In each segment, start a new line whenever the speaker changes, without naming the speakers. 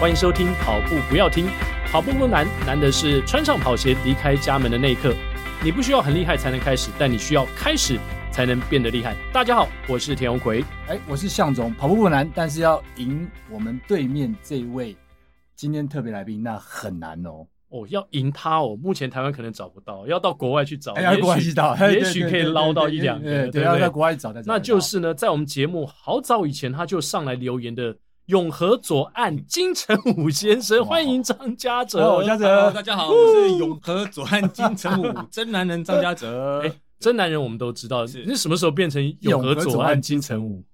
欢迎收听《跑步不要听》，跑步不难，难的是穿上跑鞋离开家门的那一刻。你不需要很厉害才能开始，但你需要开始才能变得厉害。大家好，我是田宏奎。
哎，我是向总，跑步不难，但是要赢我们对面这位今天特别来宾那很难哦。
哦，要赢他哦，目前台湾可能找不到，要到国外去找，
哎，要
也
国外
许
去找，哎
也许可以捞到一两个，
对对，
不
要
对
在？国外找再找得到。
那就是呢，在我们节目好早以前他就上来留言的永和左岸金城武先生，
哇
欢迎张家哲。
哦，嘉
哈喽，大
泽，
家好，我是永和左岸金城武真男人张家 哲
哎。真男人我们都知道，
是
你什么时候变成永和左岸金城武？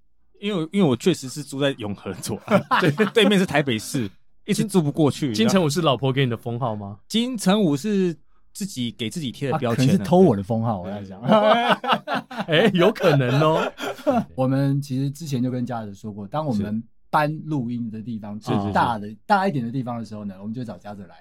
因为因为我确实是住在永和左 岸，对对面是台北市，一直住不过去。
金城
武，
武是老婆给你的封号吗？
金城武是自己给自己贴的
他
标
可
签
能
啊，
是偷我的封号，我在想。
哎，有可能哦。
我们其实之前就跟嘉泽说过，当我们搬录音的地方
是是是
大的大一点的地方的时候呢，我们就找嘉泽来。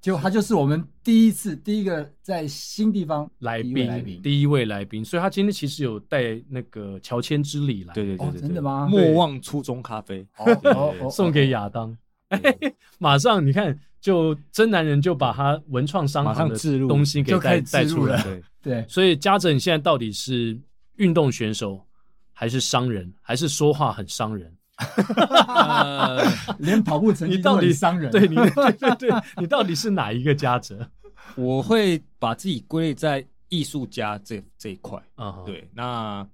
结果他就是我们第一次第一个在新地方
来
第一位
宾，
来宾。
第一位来宾，所以他今天其实有带那个乔迁之礼来，
对。对对对
哦
对，
真的吗
莫忘初衷咖 啡，
哦
对
哦
对
哦，
送给亚当。哎
对
马上你看，就真男人就把他文创商
马
行
上置
的
入
东西给
就可
带
以
带
置
出
入了
来。
对，
对，
所以家哲，你现在到底是运动选手，还是商人，还是说话很伤人？
呃，
连跑步成绩都
到底
很伤人。啊
对 你，对对对，你到底是哪一个家哲？
我会把自己归类在艺术家这这一块。
嗯
啊哈，
对，那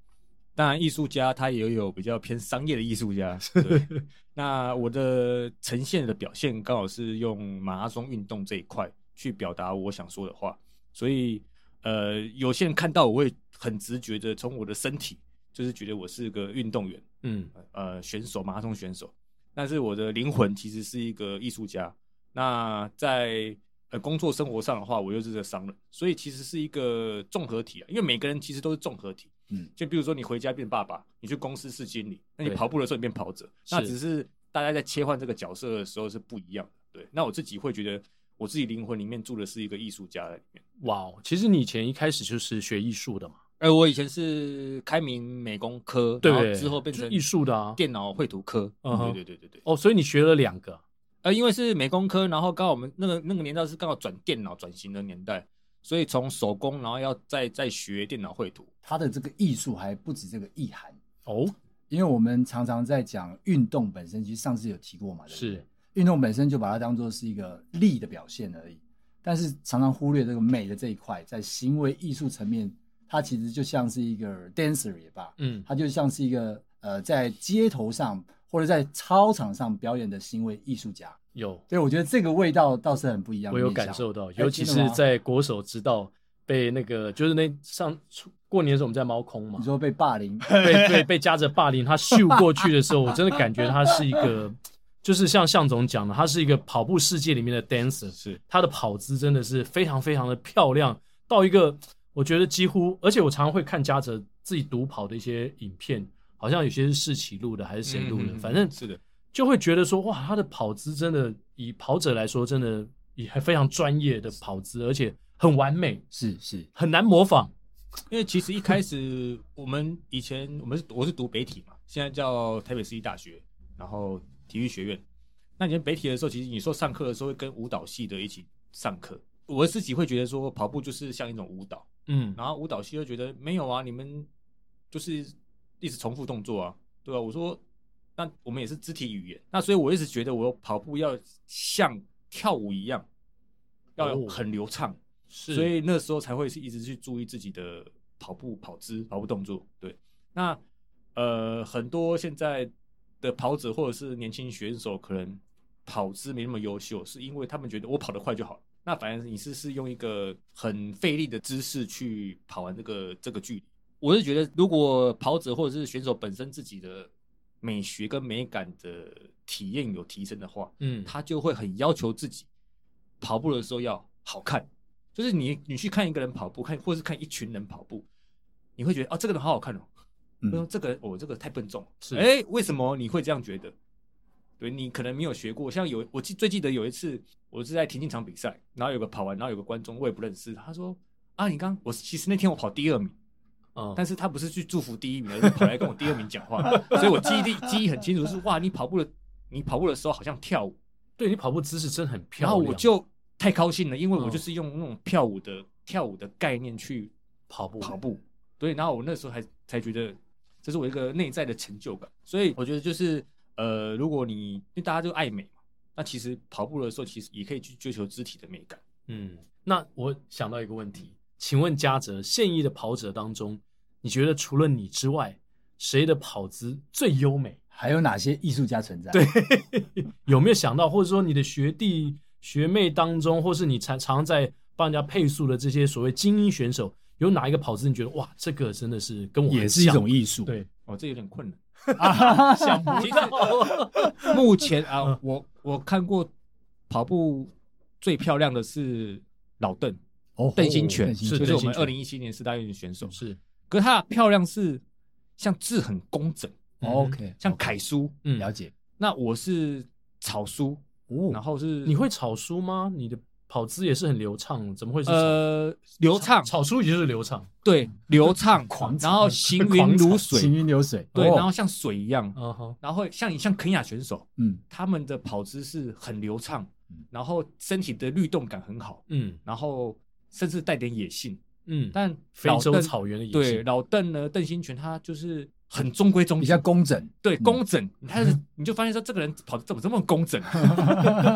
当然艺术家他也有比较偏商业的艺术 家。对，那我的呈现的表现刚好是用马拉松运动这一块去表达我想说的话，所以呃，有些人看到我会很直觉的从我的身体就是觉得我是个运动员，
嗯，
呃，选手，马拉松选手，但是我的灵魂其实是一个艺术家。那在呃工作生活上的话，我又是个商人，所以其实是一个综合体啊。因为每个人其实都是综合体，
嗯，
就比如说你回家变爸爸，你去公司是经理，那你
对
跑步的时候你变跑者，那
是
只是大家在切换这个角色的时候是不一样的。对，那我自己会觉得，我自己灵魂里面住的是一个艺术家在里面。
哇哦，其实你以前一开始就是学艺术的嘛，
呃，我以前是开明美工科，
对不
然后
对？
之后变成
就艺术的啊，
电脑绘图科。
嗯哼
对对对对对。
哦，所以你学了两个，
呃，因为是美工科，然后刚好我们那个那个年代是刚好转电脑转型的年代，所以从手工，然后要再再学电脑绘图。
他的这个艺术还不止这个意涵，
哦，
因为我们常常在讲运动本身，其实上次有提过嘛，对不对
是
运动本身就把它当做是一个力的表现而已，但是常常忽略这个美的这一块，在行为艺术层面，它其实就像是一个 dancer 也罢，
嗯，
它就像是一个呃在街头上或者在操场上表演的行为艺术家，
有，
所以我觉得这个味道倒是很不一样的
我
面向。
有感受到，
哎
尤其
真的
是
吗
在国手之道被那个，就是那上初过年的时候我们在猫空嘛
你，说被霸凌，
被被被夹着霸凌，他秀过去的时候，我真的感觉他是一个，就是像向总讲的，他是一个跑步世界里面的 dancer，
是
他的跑姿真的是非常非常的漂亮，到一个我觉得几乎，而且我常常会看嘉泽自己独跑的一些影片，好像有些是世奇录的还是谁录的，
嗯嗯嗯
反正
是的，
就会觉得说，哇，他的跑姿真的以跑者来说，真的也还非常专业的跑姿，而且很完美，
是是，
很难模仿。
因为其实一开始我们以前我们是我是读北体嘛，现在叫台北市立大学，然后体育学院。那以前北体的时候，其实你说上课的时候会跟舞蹈系的一起上课，我自己会觉得说跑步就是像一种舞蹈，
嗯，
然后舞蹈系就觉得没有啊，你们就是一直重复动作啊，对吧、我说那我们也是肢体语言，那所以我一直觉得我跑步要像跳舞一样，要
哦
很流畅，
是，
所以那时候才会是一直去注意自己的跑步跑姿、跑步动作。对，那呃很多现在的跑者或者是年轻选手，可能跑姿没那么优秀，是因为他们觉得我跑得快就好了。那反正你是是用一个很费力的姿势去跑完这个这个距离。我是觉得，如果跑者或者是选手本身自己的美学跟美感的体验有提升的话，
嗯，
他就会很要求自己跑步的时候要好看。就是你你去看一个人跑步，看或是看一群人跑步，你会觉得哦，这个人好好看哦，
嗯
不用、这个人哦，这个太笨重了。
是
哎，为什么你会这样觉得？对你可能没有学过，像有我记最记得有一次，我是在田径场比赛，然后有个跑完，然后有个观众我也不认识，他说啊，你刚我其实那天我跑第二名，
嗯
但是他不是去祝福第一名，而是跑来跟我 第二名讲话，所以我记忆力记忆很清楚是，哇，你跑步的你跑步的时候好像跳舞，
对你跑步姿势真的很漂
然后
亮，
我就太高兴了，因为
嗯
我就是用那种跳舞的跳舞的概念去
跑步
跑步，对，然后我那时候还才觉得这是我一个内在的成就感，所以我觉得就是呃，如果你因为大家就爱美嘛，那其实跑步的时候其实也可以去追求肢体的美感。
嗯，那我想到一个问题，请问嘉泽，现役的跑者当中，你觉得除了你之外，谁的跑姿最优美？
还有哪些艺术家存在？
对，有没有想到，或者说你的学弟学妹当中，或是你常常在帮人家配速的这些所谓精英选手，有哪一个跑姿你觉得哇，这个真的是跟我很
也是一
像
种艺术。
对，
哦，这有点困难。
啊，
想不
其实
到
目前啊、 我我看过跑步最漂亮的是老邓
哦
邓新泉，
邓新
是
就是我
邓新
们二
泉
零一七年四大运选手。
是
可是她的漂亮是像字很工整，
嗯
哦 OK，
像楷书。
嗯
了解。
那我是草书，
哦
然后是
你会草书吗？你的跑姿也是很流畅，怎么会是草
呃流畅，
草书也就是流畅，
对流畅
狂，
然
草
后行云
狂草
如
行
水，
云流水。
对，
哦
然后像水一样，
嗯哼，
然后像像肯亚选手，
嗯，
他们的跑姿是很流畅
嗯，
然后身体的律动感很好，
嗯
然后甚至带点野性。
嗯，
但
非
老
洲
邓
草原的野
对
性，
老邓呢，邓新泉他就是很中规中
比
矩，
较工整。
对
嗯
工整，他是你就发现说这个人跑的怎么这么工整，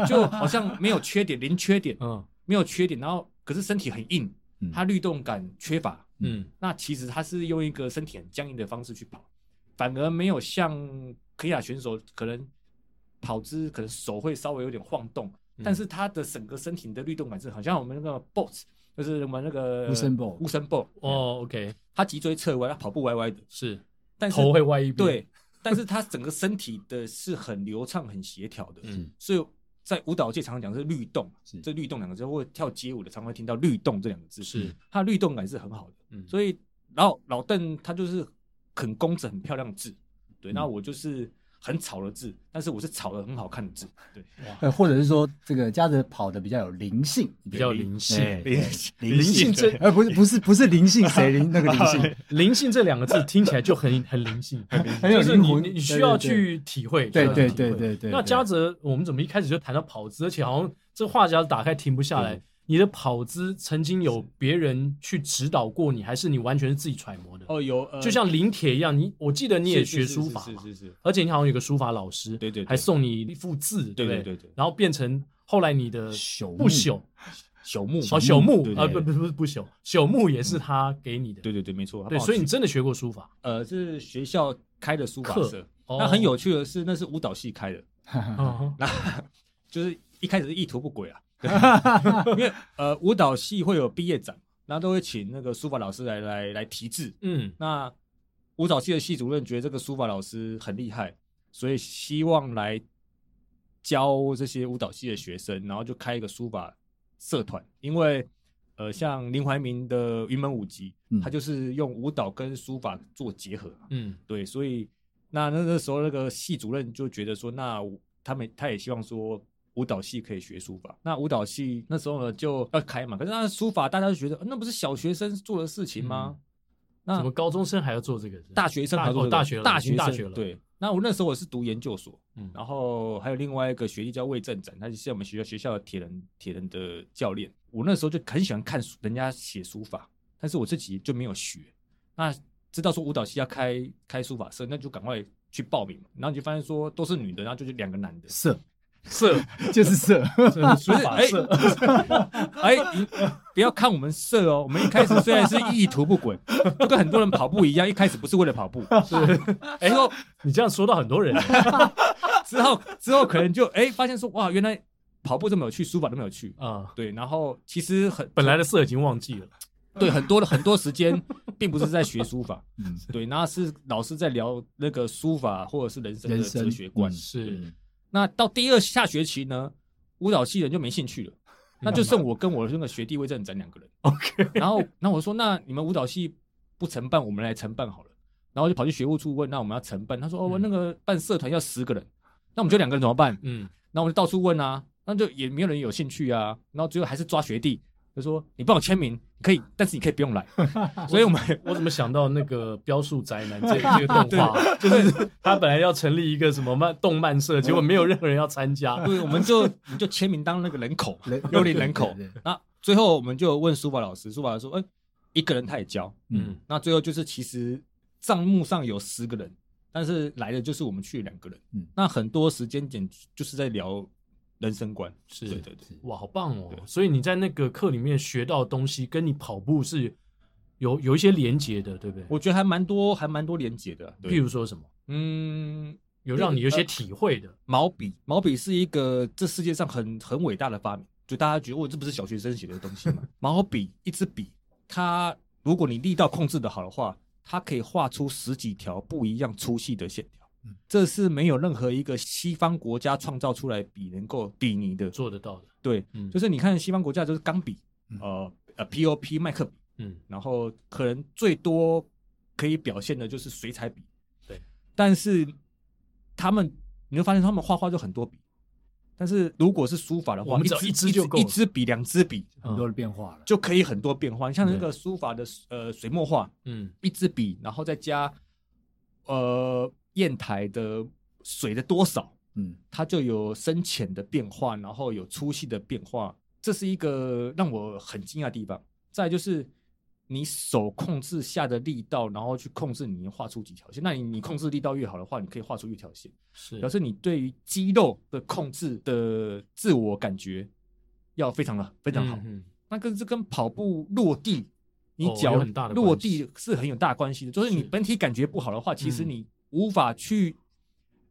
就好像没有缺点，零缺点，
嗯
没有缺点，然后可是身体很硬
嗯，
他律动感缺乏。
嗯
那其实他是用一个身体很僵硬的方式去跑，反而没有像肯亚选手可能跑姿可能手会稍微有点晃动，
嗯
但是他的整个身体的律动感是好像我们那个 boss，就是我们那个
Usain Bolt
无声 b
哦，OK，
他脊椎侧弯，他跑步歪歪的，
是
但是
头会歪一边，
对，但是他整个身体的是很流畅、很协调的，
嗯
所以在舞蹈界常常讲是律动
是，
这律动两个字，或者跳街舞的常会听到律动这两个字，
是
它律动感是很好的。
嗯
所以，然后老邓他就是很工整、很漂亮的字，对，
嗯
那我就是很草的字，但是我是草的很好看的字，对，
哎
呃，或者是说这个家泽跑的比较有灵性，
比较灵性
哎对
灵
灵
性这
而不是不是不是 灵性谁灵那个灵性，
灵性这两个字听起来就很 很灵性，
很有
就是
灵
你
魂
你你
对
需
对
要
对
去体会，
对
需要
对
去体
对
会
对对
那
对
嘉泽，我们怎么一开始就谈到跑姿，而且好像这话匣子打开停不下
嗯
来。你的跑姿曾经有别人去指导过你，还是你完全是自己揣摩的？
哦，有，呃
就像临帖一样，你我记得你也
是是
学
是
书法
是
嘛，
是是，
而且你好像有个书法老师，
对对对
还送你一幅字，对
对
不
对对对，
然后变成后来你的呃
朽
不
木
朽
朽木嘛，
哦朽木
对
啊不
对对
不不是不朽朽木也是他给你的，
对对对，没错，他
对，
帮我
所以
取
你真的学过书法，
呃，是学校开的书法
课
社。
哦
那很有趣的是，那是舞蹈系开的，
嗯
那就是一开始是意图不轨啊，因为呃舞蹈系会有毕业展，那都会请那个书法老师来来来题字。
嗯
那舞蹈系的系主任觉得这个书法老师很厉害，所以希望来教这些舞蹈系的学生，然后就开一个书法社团，因为。呃，像林怀民的云门舞集，
嗯。
他就是用舞蹈跟书法做结合，
嗯
对，所以那那那时候那个系主任就觉得说，那我他们他也希望说舞蹈系可以学书法。那舞蹈系那时候呢就要开嘛，可是那书法大家就觉得呃那不是小学生做的事情吗？
嗯怎么
那
高中生还要做这个？
大学生还做这
哦
个
大学了
大
已经
学
大
生
学了，
对。那我那时候我是读研究所，
嗯，
然后还有另外一个学弟叫魏正展，他是现在我们学校学校的铁人铁人的教练。我那时候就很喜欢看书人家写书法，但是我自己就没有学。那知道说舞蹈系要开开书法社，那就赶快去报名。然后你就发现说都是女的，然后就是两个男的
色
色
就是色，
这是书法
哎
色，
哎，你不要看我们社哦，我们一开始虽然是意图不轨，就跟很多人跑步一样，一开始不是为了跑步， 哎，后
你这样说到很多人，
之后 之后可能就哎发现说哇，原来跑步这么有趣，书法都没有趣。
啊，
对，然后其实很
本来的色已经忘记了，
对，很多的很多时间并不是在学书法，
嗯，
对，那是老师在聊那个书法或者是人生的
人生
哲学观。
嗯
是
那到第二下学期呢，舞蹈系人就没兴趣了，那就剩我跟我那个学弟魏正展 两个人。
OK，
然后，那我说，那你们舞蹈系不承办，我们来承办好了。然后就跑去学务处问，那我们要承办，他说哦，
嗯
那个办社团要十个人，那我们就两个人怎么办？
嗯，
那我们就到处问啊，那就也没有人有兴趣啊，然后最后还是抓学弟，他说你帮我签名可以，但是你可以不 用来。所以我们
我怎么想到那个《标速宅 男》这这个动画，就是他本来要成立一个什么漫动漫社，结果没有任何人要参加。
对，我们就我们就签名当那个人口
人，
幽灵人口
对对对。
那最后我们就问书法老师，书法老师说，哎、一个人他也教。
嗯
嗯，
那最后就是其实账目上有十个人，但是来的就是我们去两个人。
嗯
那很多时间点就是在聊人生观。
是
对对对，
哇，好棒哦！
对
所以你在那个课里面学到的东西，跟你跑步是有有一些连结的，对不对？
我觉得还蛮多，还蛮多连结的。啊对
譬如说什么，
嗯，
有让你有一些体会的，
毛笔，毛笔是一个这世界上很很伟大的发明，就大家觉得哦，这不是小学生写的东西吗？毛笔，一支笔，它如果你力道控制的好的话，它可以画出十几条不一样粗细的线条
嗯。
这是没有任何一个西方国家创造出来笔能够比拟的。
做得到的，
对，
嗯，
就是是你看西方国家就是钢笔，呃呃 POP 麦克笔，
嗯，
然后可能最多可以表现的就是水彩笔，
对。
但是他们你会发现，他们画画就很多笔，但是如果是书法的话，
我们只要
支
一
一
支就够了嗯
一支笔、两支笔
很多的变化了。
就可以很多变化。你像那个书法的呃水墨画，
嗯
一支笔，然后再加呃砚台的水的多少，
嗯，
它就有深浅的变化，然后有粗细的变化，这是一个让我很惊讶的地方。再来就是你手控制下的力道，然后去控制你能画出几条线。那你你控制力道越好的话，你可以画出一条线，
是
表示你对于肌肉的控制的自我感觉要非常的非常好。
嗯
那跟这跟跑步落地，你
哦
脚
有很大的
落
关系
地是很有大关系的。就是你
是
本体感觉不好的话，其实
嗯
你无法去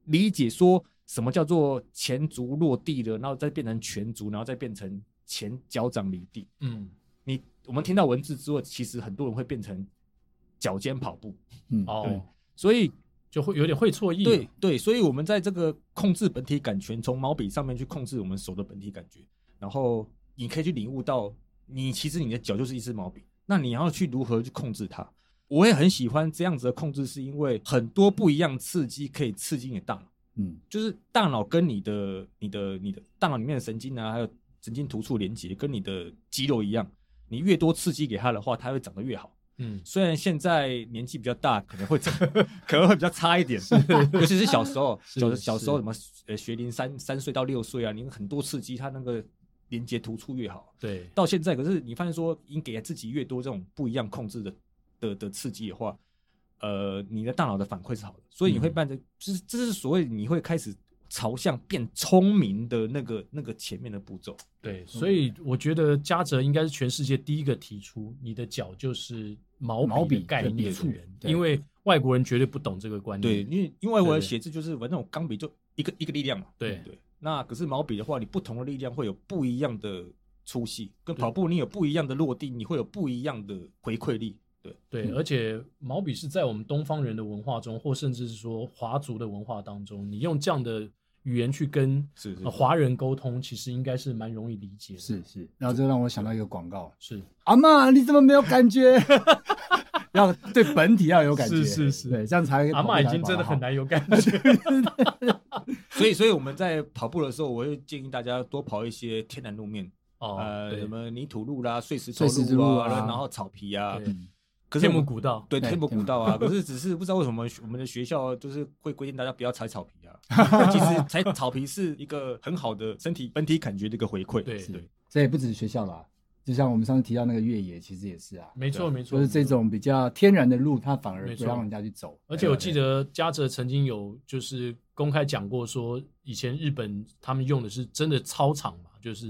理解说什么叫做前足落地的，然后再变成全足，然后再变成前脚掌离地。
嗯
你我们听到文字之后，其实很多人会变成脚尖跑步，
嗯，
哦
对，所以
就会有点会错意，
对，对，所以我们在这个控制本体感觉，从毛笔上面去控制我们手的本体感觉，然后你可以去领悟到，你其实你的脚就是一支毛笔，那你要去如何去控制它？我也很喜欢这样子的控制，是因为很多不一样刺激可以刺激你的大脑，
嗯
就是大脑跟你的、你的、你的大脑里面的神经啊，还有神经突触连接，跟你的肌肉一样，你越多刺激给它的话，它会长得越好。
嗯，
虽然现在年纪比较大，可能会 可能会比较差一点，尤其是小时候，
是
小
是
小时候什么呃学龄三三岁到六岁啊，你很多刺激，它那个连接突出越好。
对，
到现在，可是你发现说，你给自己越多这种不一样控制的的的刺激的话，呃，你的大脑的反馈是好的，所以你会
嗯
伴着，就是这是所谓你会开始朝向变聪明的那个那个前面的步骤。
对，所以我觉得嘉泽应该是全世界第一个提出你的脚就是毛
毛
笔
笔
的概
的
念
笔
的
触
人，
对
因为外国人绝对不懂这个观
对，
念。
因为因为我
嗯对对
的写字就是玩那种钢笔，就一个一个力量嘛。嗯
对
对。那可是毛笔的话，你不同的力量会有不一样的粗细，跟跑步你有不一样的落地，你会有不一样的回馈力。对，
对而且毛笔是在我们东方人的文化中，或甚至是说华族的文化当中，你用这样的语言去跟
是是
呃华人沟通，其实应该是蛮容易理解的。
是是，然后这让我想到一个 广告，
是，
阿妈你怎么没有感觉？ 要对本体要有感觉，
是是是
对，这样才
阿嬷已经真的很。难有感觉。
所以所以我们在跑步的时候，我会建议大家多跑一些天然路面，
哦，
呃，
对
什么泥土路啦、碎石
碎石
头
路
啊，
啊
然后草皮啊
对。
可是
天
我
母
们
古道，
对
对
天母
天
古
母
道啊，可是只是不知道为什么我们的学校就是会规定大家不要踩草皮啊。其实踩草皮是一个很好的身体本体感觉的一个回馈。
对
对
是，这也不只是学校啦，就像我们上次提到那个越野，其实也是啊，
没错
对
没错，
就是这
没错
种比较天然的路，它反而
没
不
错
让人家去走。
而且我记
啊
得，
得嘉泽曾经有就是公开讲过说，以前日本他们用的是真的操场嘛，就是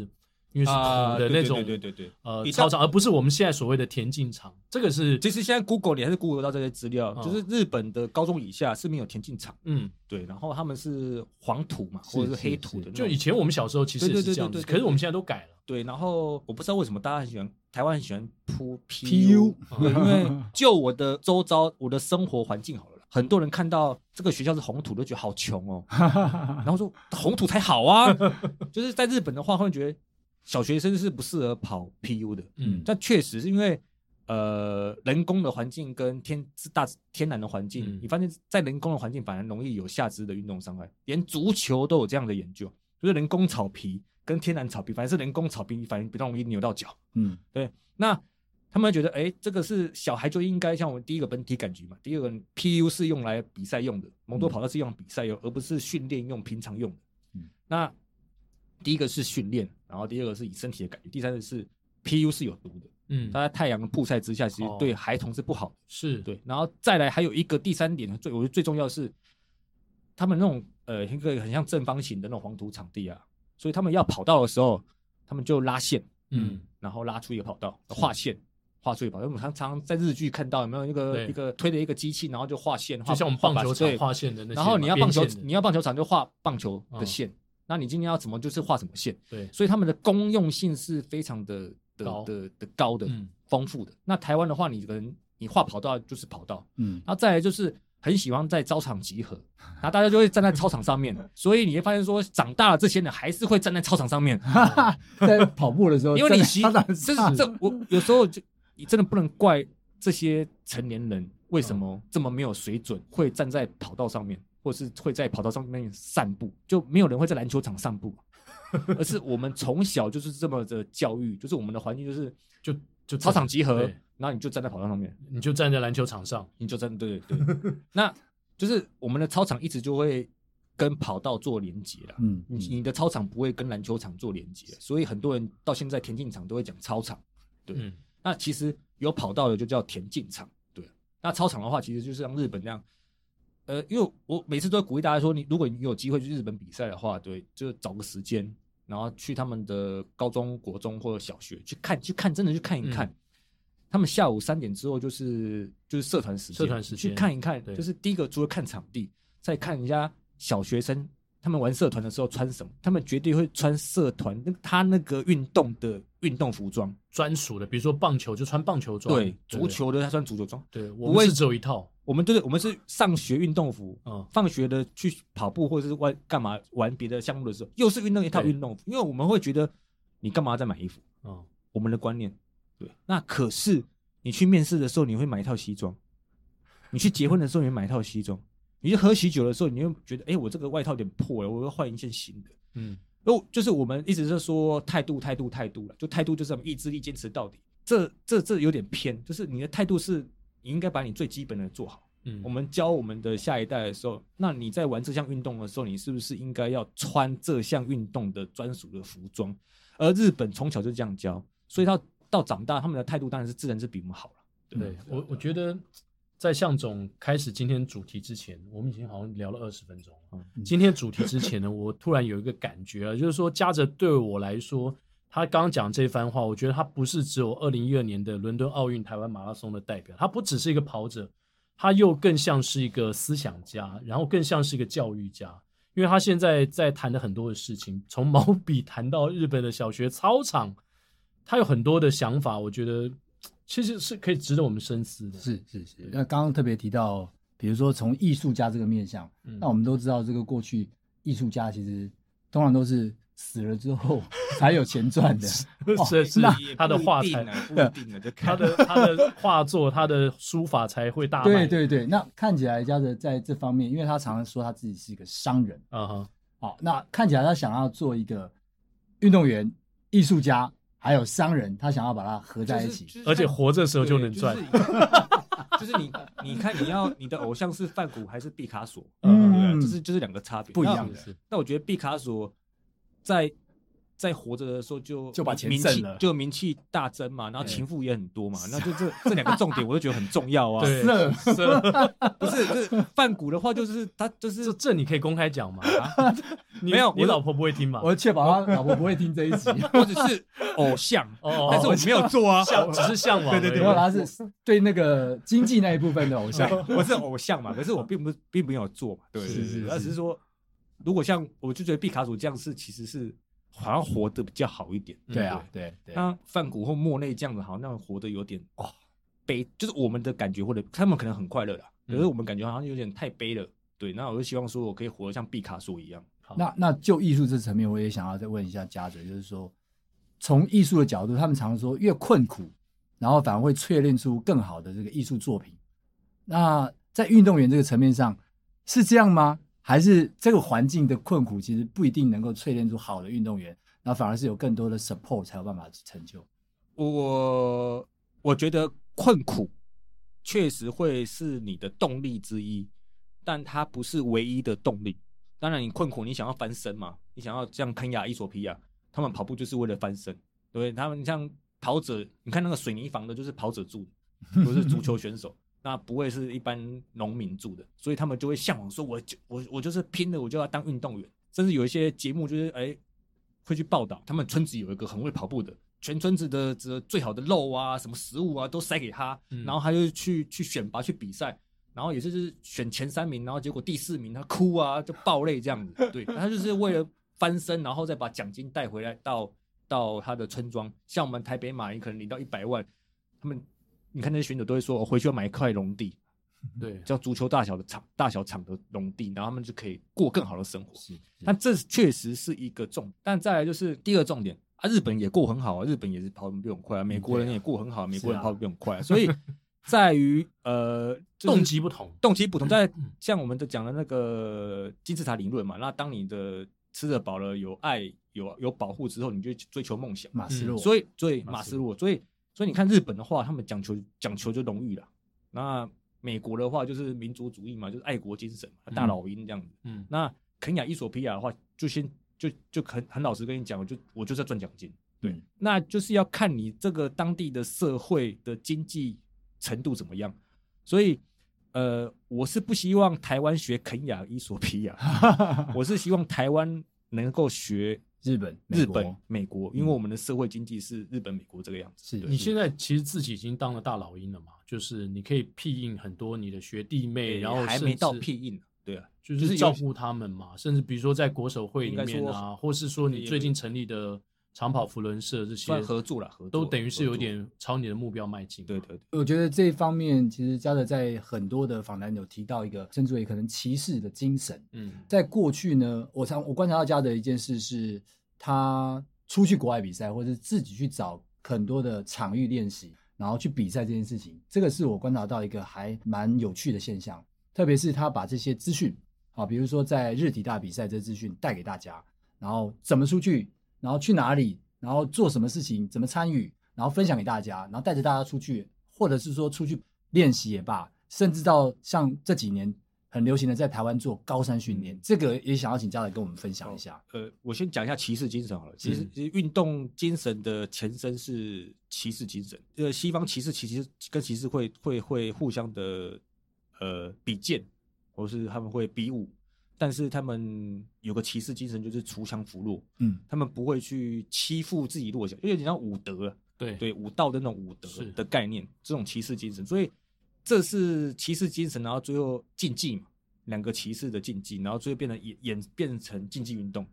因为是
啊，
土的
对
那
对
种
对对对对。
呃
你
操
到
场，而不是我们现在所谓的田径场。这个是
其实现在 Google 你还是 Google 到这些资料，
哦
就是日本的高中以下是没有田径场，
嗯，
对，然后他们是黄土嘛，
是
或者是
是
黑土的
是
那种，
就以前我们小时候其实也是这样子，
对对对对对对
可是我们现在都改了。
对，然后我不知道为什么大家很喜欢台湾很喜欢铺
PU
对，因为就我的周遭我的生活环境好了啦，很多人看到这个学校是红土都觉得好穷哦，然后说红土才好啊， 就是在日本的话会觉得小学生是不适合跑 PU 的，
嗯，
但确实是因为呃人工的环境跟天自大自天然的环境，
嗯
你发现在人工的环境反而容易有下肢的运动伤害，连足球都有这样的研究，就是人工草皮跟天然草比，反正是人工草比，反正比较容易扭到脚。
嗯
对，那他们觉得，哎，这个是小孩就应该像我们第一个本体感觉嘛，第二个 PU 是用来比赛用的，蒙
嗯
多跑道是用来比赛用，而不是训练用、平常用的。
嗯
那第一个是训练，然后第二个是以身体的感觉，第三个是 PU 是有毒的，
嗯，
它在太阳的曝晒之下，其实
哦
对孩童是不好的。
是，
对，然后再来还有一个第三点最我觉得最重要的是，他们那种呃一个很像正方形的那种黄土场地啊，所以他们要跑道的时候，他们就拉线，
嗯，
然后拉出一个跑道，画线，画出一个跑道。我们常常在日剧看到有没有一个
对
一个推着一个机器，然后就画线，画
就像我们棒球场
对
划线的那些嘛，
嗯然后你要棒球
边线，的
你要棒球场就画棒球的
嗯
线，那你今天要怎么就是画什么线，
对，
所以他们的公用性是非常的的
高
的的高的
嗯，
丰富的。那台湾的话，你可能你画跑道就是跑道。
嗯
然后再来就是很喜欢在操场集合，然后大家就会站在操场 上面，所以你会发现说，长大了这些人还是会站在操场上面，
哈哈，在跑步的时候，
因为你 习
哦真的
这
是
是这我有时候就你真的不能怪这些成年人为
嗯
什么这么没有水准，会站在跑道上面，或是会在跑道上面散步，就没有人会在篮球场散步。 而是我们从小就是这么的教育，就是我们的环境就是
就就
操场集合
对，
然后你就站在跑道上面，
你就站在篮球场上，
你就真对对 对，那就是我们的操场一直就会跟跑道做连接了。
嗯
你你的操场不会跟篮球场做连接，所以很多人到现在田径场都会讲操场。对
嗯，
那其实有跑道的就叫田径场，对。那操场的话，其实就是像日本那样，呃，因为我每次都会鼓励大家说，你如果你有机会去日本比赛的话，对，就找个时间，然后去他们的高中、国中或者小学去看，去看，真的去看一看。
嗯
他们下午三点之后就是就是社团时间，
社团时间
去看一看，
对
就是第一个除了看场地，再看人家小学生他们玩社团的时候穿什么，他们绝对会穿社团那他那个运动的运动服装，
专属的，比如说棒球就穿棒球装，
对，足，球的他穿足球装，
对我
不
们
会
是只有一套，
我们就是我们是上学运动服，
嗯，
放学的去跑步或者是玩干嘛玩别的项目的时候，又是运动一套
对
运动服，因为我们会觉得你干嘛再买衣服？
嗯，
我们的观念，对。那可是你去面试的时候，你会买一套西装；你去结婚的时候，你会买一套西装；你去喝喜酒的时候，你会觉得，哎、我这个外套有点破了，我要换一件新的。
嗯，
哦，就是我们一直是说态度，态度，态度了，就态度就是什么意志力、坚持到底。这这这有点偏，就是你的态度是你应该把你最基本的做好。
嗯，
我们教我们的下一代的时候，那你在玩这项运动的时候，你是不是应该要穿这项运动的专属的服装？而日本从小就这样教，所以到到长大，他们的态度当然是自然是比我们好了。
对我，我觉得在向总开始今天主题之前，我们已经好像聊了二十分钟了。
嗯
今天主题之前呢，我突然有一个感觉啊，就是说，嘉泽对我来说，他刚刚讲这番话，我觉得他不是只有二零一二年的伦敦奥运台湾马拉松的代表，他不只是一个跑者，他又更像是一个思想家，然后更像是一个教育家。因为他现在在谈的很多的事情，从毛笔谈到日本的小学操场，他有很多的想法，我觉得其实是可以值得我们深思的。
是是是。那刚刚特别提到，比如说从艺术家这个面向，
嗯
那我们都知道，这个过去艺术家其实通常都是死了之 后才有钱赚的。
是是
那
他的画
才
才，
不一定啊，就
他
看
的他的画作，他的书法才会大卖。
对对对，那看起来嘉泽在这方面，因为他常常说他自己是一个商人，
啊哈，
好，那看起来他想要做一个运动员、艺术家，还有商人，他想要把它合在一起。
而且活着时候就能赚。
对 就是你 就是你，你看你要你的偶像是梵谷还是毕卡索，
嗯
对不对，就是就是两个差别
不一样
那
的
是
那我觉得毕卡索在在活着的时候就
就把钱
名
挣
气
了
就名气大增嘛，然后
对
情妇也很多嘛，那就这这两个重点我都觉得很重要啊。
啊 对，
色
色，
不是，就是范谷的话就是他就是
这这你可以公开讲吗？你
没有
你
我
老婆不会听吧？
我确保他老婆不会听这一集，
我只是偶像，
哦
但是我没有做啊，
向只是向往而已。
对对
因为他是对那个经济那一部分的偶像。
我是偶 像嘛，可是我并不并没有做嘛，对
哦是
对
是
对
是
那只是说，如果像我就觉得毕卡索这样是其实是好像活得比较好一点，
对啊，对对，
那范谷或莫内这样子，好像活得有点哦悲，就是我们的感觉，或者他们可能很快乐啦，
嗯
可是我们感觉好像有点太悲了。对，那我就希望说我可以活得像毕卡索一样。
那那就艺术这层面，我也想要再问一下嘉泽，就是说，从艺术的角度，他们常说越困苦，然后反而会淬炼出更好的这个艺术作品。那在运动员这个层面上是这样吗？还是这个环境的困苦其实不一定能够淬炼出好的运动员？那反而是有更多的 support 才有办法成就。
我我觉得困苦确实会是你的动力之一，但它不是唯一的动力。当然，你困苦，你想要翻身嘛，你想要像肯亚、伊索比亚，他们跑步就是为了翻身，对不对？他们像跑者，你看那个水泥房的，就是跑者住的，都是足球选手，那不会是一般农民住的，所以他们就会向往说我，就我我就是拼了，我就要当运动员。甚至有一些节目就是哎会去报道，他们村子有一个很会跑步的，全村子的这最好的肉啊、什么食物啊都塞给他，
嗯
然后他就去去选拔去比赛，然后也就是选前三名，然后结果第四名他哭啊就爆泪这样子，对，他就是为了翻身，然后再把奖金带回来到到他的村庄，像我们台北马，你可能领到一百万，他们你看那些选手都会说，我哦回去要买一块农地，
对，
叫足球大小的场大小场的农地，然后他们就可以过更好的生活。
是，
但这确实是一个重，但再来就是第二重点啊，日本也过很好啊，日本也是跑得比我们快啊，美国人也过很好啊，美国人跑得比我们快啊、所以在于呃、就是
动机不同。
动机不同，在像我们的讲的那个金字塔理论嘛，那当你的吃得饱了，有爱有有保护之后，你就去追求梦想。
马斯洛，
嗯所以，所以马
马斯
斯洛，所以，所以你看日本的话，他们讲求讲求就荣誉了。那美国的话就是民族主义嘛，就是爱国精神嘛，大老鹰这样子。
嗯
那肯亚、伊索比亚的话，就先就就很很老实跟你讲，我就我就在赚奖金。
对，
那就是要看你这个当地的社会的经济程度怎么样。所以，呃，我是不希望台湾学肯亚、伊索比亚，我是希望台湾能够学
日本、美
日
国
本、美国，嗯因为我们的社会经济是日本、美国这个样子。
是
对
你现在其实自己已经当了大老鹰了嘛，就是你可以庇应很多你的学弟妹，
对，
然后
还
甚
没到
至
屁印，对啊，
就
就
是
是有
照顾他们嘛，甚至比如说在国手会里
应
面
该
啊，
说
或是说你最近成立的长跑福伦社这些
算合作啦合作
都等于是有
合作
点朝你的目标迈进。
对，对对，
我觉得这一方面，其实嘉德在很多的访谈有提到一个，甚至为可能歧视的精神。
嗯
在过去呢，我常我观察到嘉德一件事是，他出去国外比赛，或者是自己去找很多的场域练习，然后去比赛这件事情，这个是我观察到一个还蛮有趣的现象。特别是他把这些资讯啊，比如说在日体大比赛这资讯带给大家，然后怎么出去，然后去哪里，然后做什么事情，怎么参与，然后分享给大家，然后带着大家出去，或者是说出去练习也罢，甚至到像这几年很流行的在台湾做高山训练，这个也想要请家长跟我们分享一下。
呃，我先讲一下骑士精神好了。其实，其实运动精神的前身是骑士精神。呃，西方骑士其实跟骑士会会会互相的呃比剑，或是他们会比武，但是他们有个骑士精神，就是锄强扶弱，
嗯，
他们不会去欺负自己弱小，因为你像武德啊，
对
对武道的那种武德
是
的概念，这种骑士精神，所以这是骑士精神，然后最后竞技嘛，两个骑士的竞技，然后最后变成演演变成竞技运动。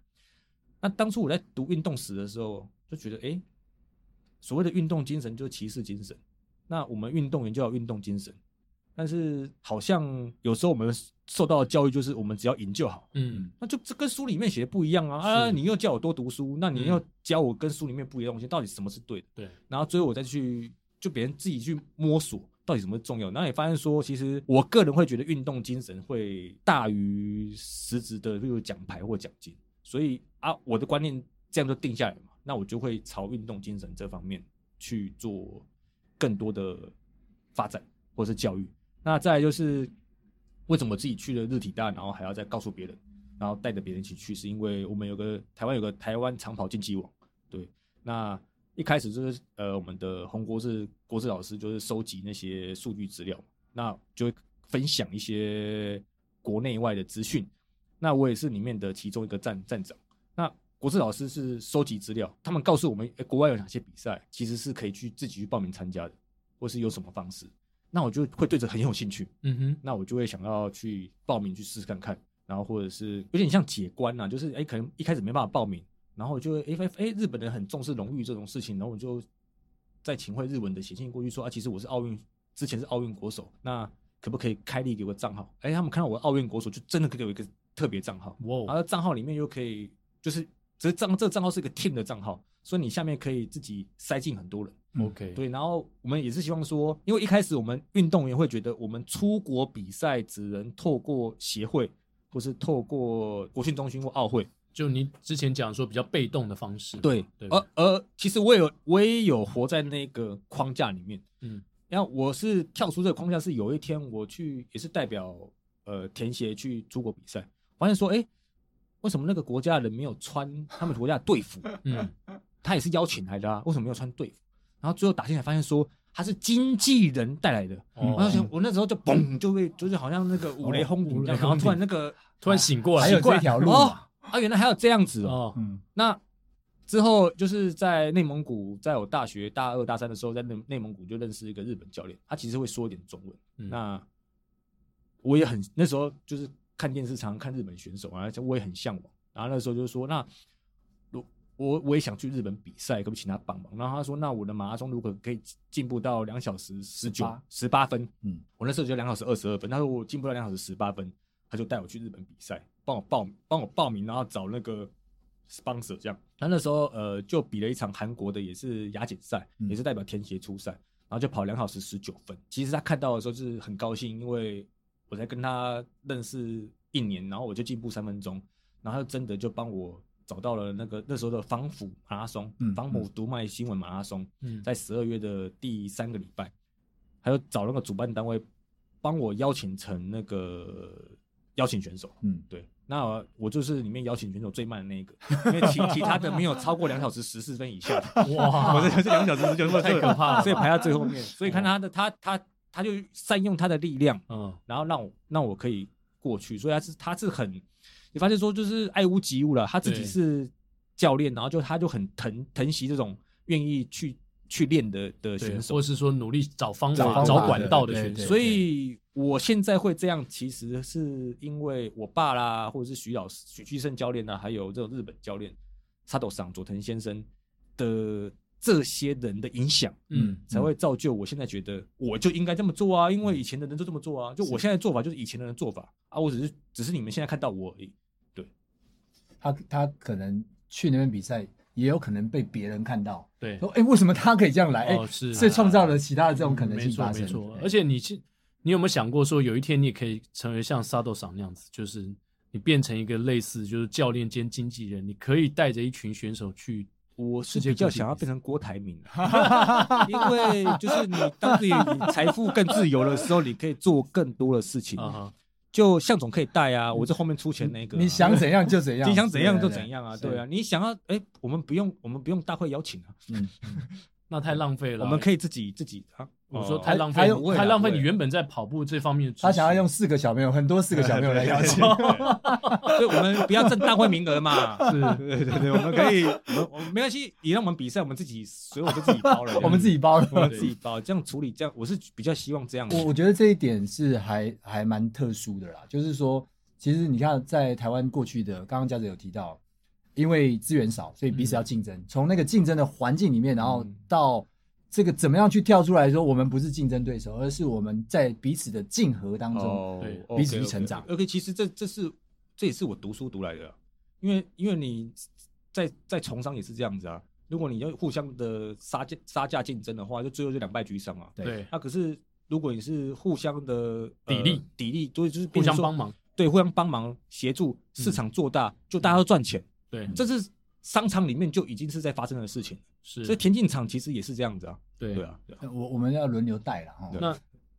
那当初我在读运动史的时候，就觉得诶，所谓的运动精神就是骑士精神，那我们运动员就要有运动精神，但是好像有时候我们受到的教育就是我们只要赢就好，
嗯
那就这跟书里面写的不一样啊！啊，
是
你又叫我多读书，那你
嗯
又教我跟书里面不一样的东西，到底什么是对的？
对，
然后最后我再去就别人自己去摸索到底什么重要。然后也发现说，其实我个人会觉得运动精神会大于实质的，例如奖牌或奖金。所以啊，我的观念这样就定下来嘛，那我就会朝运动精神这方面去做更多的发展或是教育。那再来就是为什么自己去了日体大，然后还要再告诉别人，然后带着别人一起去，是因为我们有个台湾有个台湾长跑竞技网，对，那一开始就是呃，我们的洪国志国志老师就是收集那些数据资料，那就会分享一些国内外的资讯。那我也是里面的其中一个站站长。那国志老师是收集资料，他们告诉我们、诶国外有哪些比赛，其实是可以去自己去报名参加的，或是有什么方式。那我就会对这很有兴趣，
嗯哼，
那我就会想要去报名去试试看看，然后或者是有点像解关呐、就是哎、诶可能一开始没办法报名，然后我就会哎哎哎，日本人很重视荣誉这种事情，然后我就再请会日文的写信过去说啊，其实我是奥运之前是奥运国手，那可不可以开立给我个账号？哎、他们看到我奥运国手，就真的给我一个特别账号，然
哇
后
哦，
账号里面又可以就是这账这个账号是一个 team 的账号，所以你下面可以自己塞进很多人。
，OK，
对，然后我们也是希望说，因为一开始我们运动员会觉得我们出国比赛只能透过协会，或是透过国训中心或奥会，
就你之前讲说比较被动的方式嘛，
对，
对不
而而其实我也有我也有活在那个框架里面，
嗯
嗯，然后我是跳出这个框架，是有一天我去也是代表呃田协去出国比赛，发现说，哎、为什么那个国家的人没有穿他们国家的队 服？
对嗯
他也是邀请来的啊，为什么没有穿队服？然后最后打进来发现说他是经纪人带来的，
哦
我就想我那时候就嘣就被就是好像那个嗯五雷轰顶一样，
哦
然后突然那个
突然醒过来，
还有
醒过来
这条路
哦
嘛，
啊原来还有这样子哦，
哦，
嗯，
那之后就是在内蒙古，在我大学大二大三的时候，在内内蒙古就认识一个日本教练，他其实会说一点中文。
嗯
那我也很那时候就是看电视，常常看日本选手啊，而且我也很向往。然后那时候就说，那如我我也想去日本比赛，可不可以请他帮忙？然后他说，那我的马拉松如果可以进步到两小时十九十八分，
嗯，
我那时候就两小时二十二分。他说我进步到两小时十八分，他就带我去日本比赛，帮我报帮我报名，然后找那个 sponsor 这样。他那时候呃就比了一场韩国的也是亚锦赛，
嗯
也是代表田协出赛，然后就跑两小时十九分。其实他看到的时候就是很高兴，因为我才跟他认识一年，然后我就进步三分钟，然后他就真的就帮我。找到了那个那时候的防府马拉松，
嗯
防府读卖新闻马拉松，
嗯
在十二月的第三个礼拜，还有找那个主办单位帮我邀请成那个邀请选手。
嗯，
对，那我就是里面邀请选手最慢的那一个，因为其其他的没有超过两小时十四分以下的，
哇，
我这就是两小时十九分，
太可 怕了
啊
哦
所以排到最后面。所以看他的他他他就善用他的力量，
嗯
然后让我让我可以过去，所以他是他是很，你发现说就是爱屋及乌了，他自己
对
是教练，然后就他就很疼疼惜这种愿意去去练的的
对，
选
或
手，
是说努力找方
找
法、
方法
找管道的
对
选手，
对
所以我现在会这样，其实是因为我爸啦，或者是徐老师、许继胜教练啊，还有这种日本教练沙斗桑、佐藤先生的这些人的影响，
嗯
才会造就我现在觉得我就应该这么做啊，因为以前的人就这么做啊，就我现在做法就是以前的人做法啊，我只是只是你们现在看到我而已。
他他可能去那边比赛，也有可能被别人看到，
对
说，哎，为什么他可以这样来？
哦
哎，
是
啊
所以创造了其他的这
嗯
种可能
嗯没
性
错
发生。
没错
哎，
而且你去，你有没有想过说有一天你也可以成为像沙豆赏那样子，就是你变成一个类似就是教练兼经纪人，你可以带着一群选手去
我是
世界
比较
各地
想要
比
变成郭台铭啊， 因为就是你当自己财富更自由的时候，你可以做更多的事情。
啊哈，
就向总可以带啊，我在后面出钱那个啊、
嗯你想怎样就怎样，
你想怎样就
对
怎。样啊，
是
对啊，你想要哎，我们不用我们不用大会邀请啊，
对对嗯，
那太浪费了。
我们
以，
可以自己自己啊，
我说
哦
太浪
还
费
有啊
你，
会啦
太浪费
会
你原本在跑步这方面的知识。
他想要用四个小朋友，很多四个小朋友来邀 请。
所以我们不要挣大会名额嘛，
是
对对对，我们可以，我们我们没关系，你让我们比赛，我们自己，所以我就自己包
，
了
我们自己包了。
我们自己包，这样处理，这样我是比较希望这样的。
我我觉得这一点是还还蛮特殊的啦，就是说，其实你看在台湾过去的，刚刚家长有提到，因为资源少，所以彼此要竞争，从那个竞争的环境里面，然后
嗯
到这个怎么样去跳出来说，我们不是竞争对手，而是我们在彼此的竞合当中，
对
哦，
彼此去成长
OK，其实这这是这也是我读书读来的啊，因为因为你在在从商也是这样子啊。如果你要互相的杀价杀价竞争的话，就最后就两败俱伤啊。
对
对
那、可是如果你是互相的、呃
砥砺
砥砺，就是就是
互
变
相
成说
帮，忙，
对，互相帮忙协助
嗯
市场做大，就大家都赚钱，
对
嗯
这是商场里面就已经是在发生的事情。所以
是，
田径场其实也是这样子啊，
对
对啊，对啊。
我我们要轮流带了哈。
对
那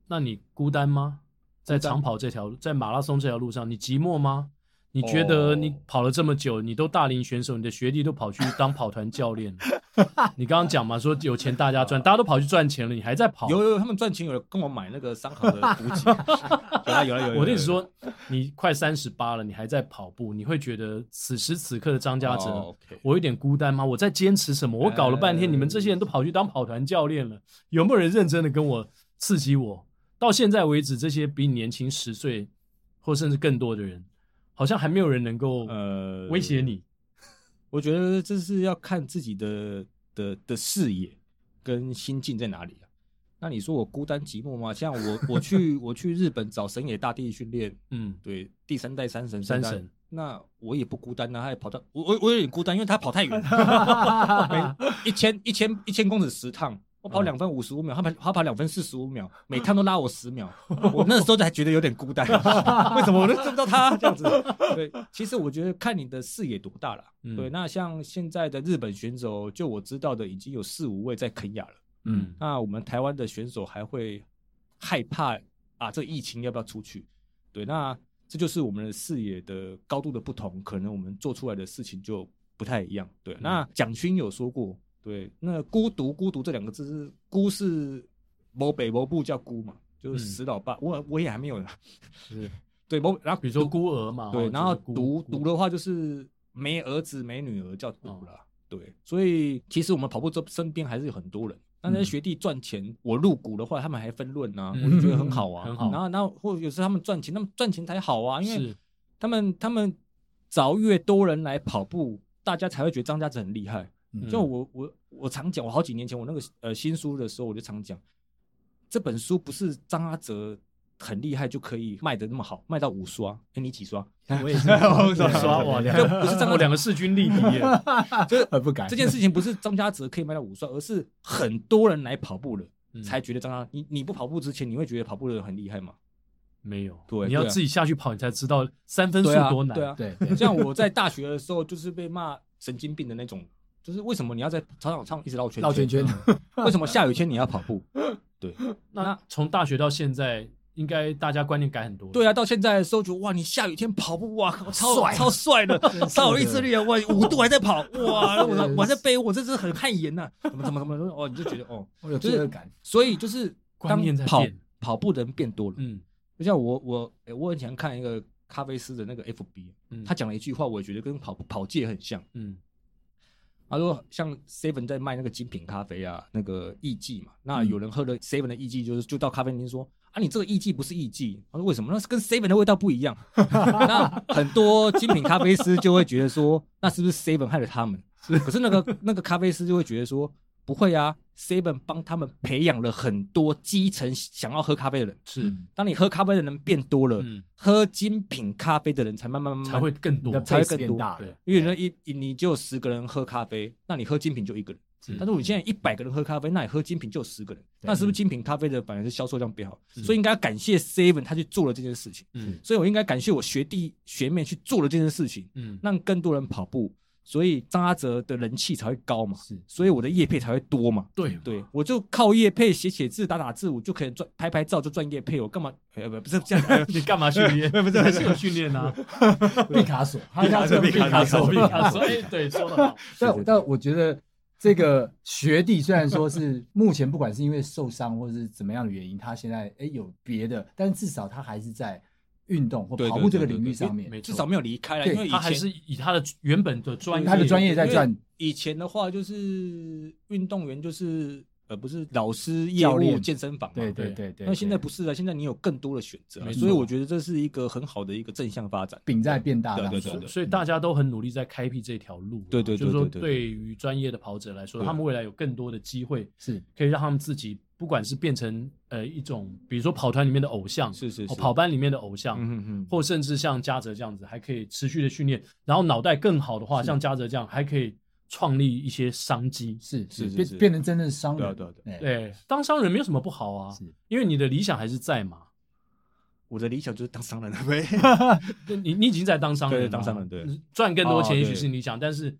那你孤单吗？在长跑这条，在马拉松这条路上，你寂寞吗？你觉得
哦
你跑了这么久，你都大龄选手，你的学弟都跑去当跑团教练了。 你刚刚讲嘛，说有钱大家赚，大家都跑去赚钱了，你还在跑？
有有，他们赚钱有跟我买那个商行的 补给，有啦有啦有啦有啦。
我的意思说，你快三十八了，你还在跑步，你会觉得此时此刻的张家哲，
哦，OK
我有点孤单吗？我在坚持什么？我搞了半天，
呃
你们这些人都跑去当跑团教练了，有没有人认真的跟我刺激我？到现在为止，这些比你年轻十岁或甚至更多的人，好像还没有人能够
呃
威胁你。
我觉得这是要看自己的的的视野跟心境在哪里啊。那你说我孤单寂寞吗？像我我去我去日本找神野大地训练，
嗯，
对第三代山神
山
代
神，
那我也不孤单啊，他也跑到 我我我有点孤单，因为他跑太远，每一千一千一千公尺十趟，我
嗯
跑两分五十五秒，他跑他跑两分四十五秒，每趟都拉我十秒，我那时候还觉得有点孤 单，为什么我都追不到他这样子？对，其实我觉得看你的视野多大了。
嗯
对，那像现在的日本选手，就我知道的已经有四五位在肯亚了。
嗯
那我们台湾的选手还会害怕啊，这疫情要不要出去？对，那这就是我们的视野的高度的不同，可能我们做出来的事情就不太一样。
嗯
对，那蒋勋有说过，对，那孤独孤独这两个字是孤是某北某部叫孤嘛，
嗯
就是死老爸，我我也还没有呢。
是，
对，某然后
比如说
独
孤儿嘛，
对，
哦
然后
就是孤孤
独独的话就是没儿子没女儿叫独
哦
啦，对，所以其实我们跑步这身边还是有很多人。那那些
嗯
学弟赚钱，我入股的话，他们还分论呢、啊，
嗯
我就觉得很好啊。
很好
然后，然后或者有时候他们赚钱，那么赚钱才好啊，因为
是
他们他们找越多人来跑步，大家才会觉得张家子很厉害。
嗯
就我我我常讲，我好几年前我那个呃新书的时候，我就常讲，这本书不是张阿哲很厉害就可以卖的那么好，卖到五刷。哎，你几刷？
我也是
我
对 刷我两
就
个
不是张
我
阿哲
两个势均力敌 耶，
就是
很不敢
这件事情不是张家泽可以卖到五刷，而是很多人来跑步了，
嗯
才觉得张家你你不跑步之前，你会觉得跑步的人很厉害吗？
没有，
对
你要
对啊
自己下去跑，你才知道三分数
对啊，
多难。
对啊，
对对
像我在大学的时候，就是被骂神经病的那种，就是为什么你要在操场上一直绕圈
绕圈圈，
为什么下雨天你要跑步？对
那从大学到现在，应该大家观念改很多。
对
啊，
啊，到现在的时候觉得哇，你下雨天跑步哇，靠超
帅啊
超帅的，超有意志力啊！哇，五度还在跑 哇，我
对
我还在背，我这是很汗颜呐，怎么怎么怎么哦，你就觉得哦，
我有
就
罪
是
恶感。
所以就是
观
当
念在
跑
变
跑步的人变多了，
嗯
就像我我诶我以前看一个咖啡师的那个 FB，、
嗯
他讲了一句话，我觉得跟跑跑界很像。
嗯
他说像 Seven 在卖那个精品咖啡啊，那个意记嘛，那有人喝了 Seven 的意记，就是就到咖啡厅说啊，你这个意记不是意记，他说为什么？那是跟 Seven 的味道不一样。 那很多精品咖啡师就会觉得说，那是不是 Seven 害了他们？可是那个那个咖啡师就会觉得说，不会啊，Seven 帮他们培养了很多基层想要喝咖啡的人。
是
当你喝咖啡的人变多了，
嗯
喝精品咖啡的人才慢慢慢慢
才会更多
你的
才会
pace
更
变
多
大
对
了，
因为人一一你就有十个人喝咖啡，那你喝精品就一个人。
嗯
但是我现在一百个人喝咖啡，那你喝精品就有十个人，
对
那是不是精品咖啡的反而是销售量变好？
嗯
所以应该要感谢 Seven 他去做了这件事情，
嗯
所以我应该感谢我学弟学妹去做了这件事情，
嗯
让更多人跑步，所以张阿哲的人气才会高嘛，
是
所以我的业配才会多嘛。
对
对，我就靠业配写写字、打打字，我就可以赚拍拍照就赚业配，我干嘛？呃，不不是 这样，呃
你干嘛训 练？不是还是有训练啊？
毕卡索，毕
卡索毕卡索
毕卡索，哎，对，说的好，
但但我觉得这个学弟虽然说 是目前不管是因为受伤或是怎么样的原因，他现在哎有别的，但至少他还是在运动或
对对
跑步这个
对对
领域
对
上面
没，
至
错
少没有离开了，
对
因为以
他还
前
是以他的原本的专业，
他的专业在
因为
赚。
以前的话就是运动员就是呃不是老师、业
教
务、
练
健身房嘛
对。对对对，
那现在
对
不是了，啊现在你有更多的选择啊，
没错
所以我觉得这是一个很好的一个正向发展。
饼在变大
对
当
对对
中
对，
所以大家都很努力在开辟这条路啊，
嗯对对对
就是说
对对对
对于专业的跑者来说，
对
他们未来有更多的机会，
是
可以让他们自己不管是变成呃一种，比如说跑团里面的偶像，
是是
哦
是，
跑班里面的偶像，
嗯嗯嗯，
或甚至像嘉泽这样子，还可以持续的训练，然后脑袋更好的话，像嘉泽这样还可以创立一些商机。
是
是是是
变变成真正的商
对啊
人，哎
对啊对
对
对，当商人没有什么不好啊
是，
因为你的理想还是在嘛。
我的理想就是当商人了 呗。
你你已经在当商人了
对当商人对，
赚更多钱
哦
也许是你理想，但是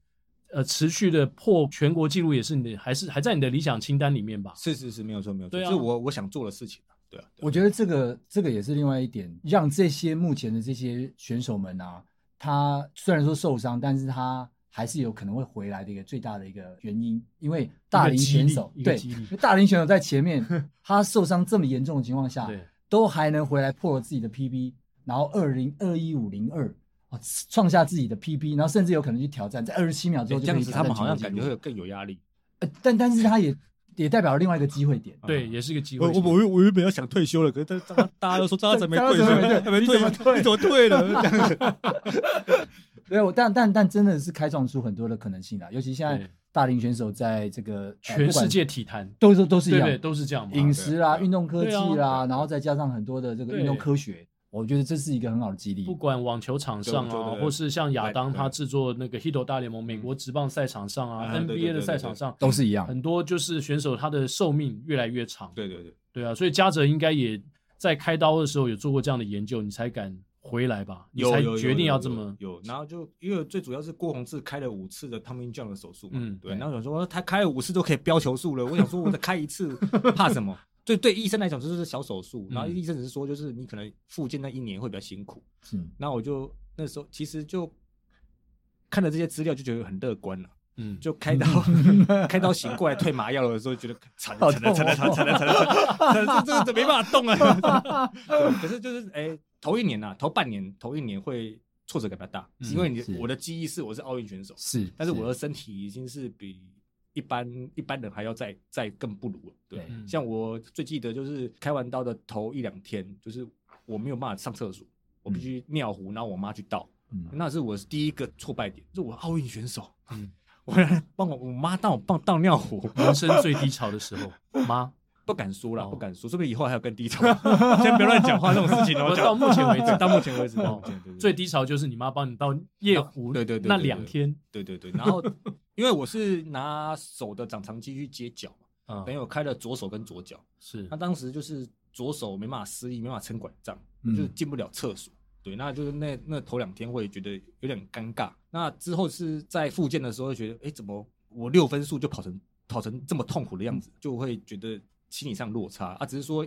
呃，持续的破全国纪录也是你的，还是还在你的理想清单里面吧？
是是是，没有错没有错，
对啊
这是我我想做的事情啊。对啊，对啊
我觉得这个这个也是另外一点，让这些目前的这些选手们啊，他虽然说受伤，但是他还是有可能会回来的一个最大的一个原因，因为大龄选手
一个
对
激励一个激励
因为大龄选手在前 面他受伤这么严重的情况
嗯
下，
对，
都还能回来破了自己的 PB，然后二零二一五零二哦创下自己的 PB，然后甚至有可能去挑战，在二十七秒之
诶
后
这
就可
样
以
子
挑
他
战
们好像
全
感
国纪
觉
录
会有更有压力。
呃但但是他也也代表了另外一个机会 点。
对，
嗯
也是一个机
我
会。
我我我原本要想退休了，可是大家大家都说张阿哲 没退休，
张阿哲没退
他没
你怎么
退，
退
你怎么退了？这样子
对，我但但但真的是开创出很多的可能性啦，尤其现
对
在大龄选手在这个呃
全
不管
世界体坛，
都是都是一
对
样
对，，都是这样嘛。
饮食啦、
对
运动科技
对
啦，
啊
然后再加上很多的这个
对
运动科学，我觉得这是一个很好的激励。
不管网球场上
对对
啊，
对
或是像亚当
对嗯
他制作那个 Hito 大联盟美国职棒赛场上啊
啊对对
，NBA 的
对
赛
对
场
对
上，
都是一样，
很多就是选手他的寿命越来越长。
对对对，
对啊，所以嘉泽应该也在开刀的时候有做过这样的研究，你才敢回来吧？你
有
才
有有
决定
有
要
有
这么
有，然后就因为最主要是郭宏志开了五次的汤明酱的手术嘛，
嗯
对，
对
然后想说他开了五次都可以标球数了，我想说我再开一次怕什么？对对，医生来讲这就是小手术，然后
嗯
医生只是说就是你可能复健那一年会比较辛苦，
嗯，
那我就那时候其实就看了这些资料就觉得很乐观了。
嗯，
就开刀，开刀醒过来退麻药了的时候，觉得惨了
好
惨了惨了惨
痛
了
哦
惨了惨了惨了，这这这没办法动啊！对可是就是哎、头一年呐、啊，头半年头一年会挫折感比较大，
嗯
因为你
是
我的记忆是我是奥运选手，
是，
但是我的身体已经是比一般一般人还要再再更不如了。对，
对
嗯
像我最记得就是开完刀的头一两天，就是我没有办法上厕所，我必须尿壶，然后我妈去倒。
嗯，
那是我第一个挫败点，就是我奥运选手，
嗯
嗯， 我让帮我我妈当我帮倒尿壶，
人生最低潮的 时候，
嗯
妈，
不敢说啦，
哦
不敢说，说不定以后还有更低潮。 先不要乱讲话这种事情哦
我。到目前为止
对到目前为止，到
哦
目前对对对
最低潮就是你妈帮你到夜壶，
对对对对
那
对
两天，
对对对。然后因为我是拿手的长长肌去接脚嘛，
嗯
等，于我开了左手跟左脚。
是
那，当时就是左手没办法施力，没办法撑拐杖，
嗯
就是进不了厕所。对，那就是那那头两天会觉得有点尴尬。那之后是在复健的时候，会觉得哎，怎么我六分数就跑成跑成这么痛苦的样子，就会觉得心理上落差啊。只是说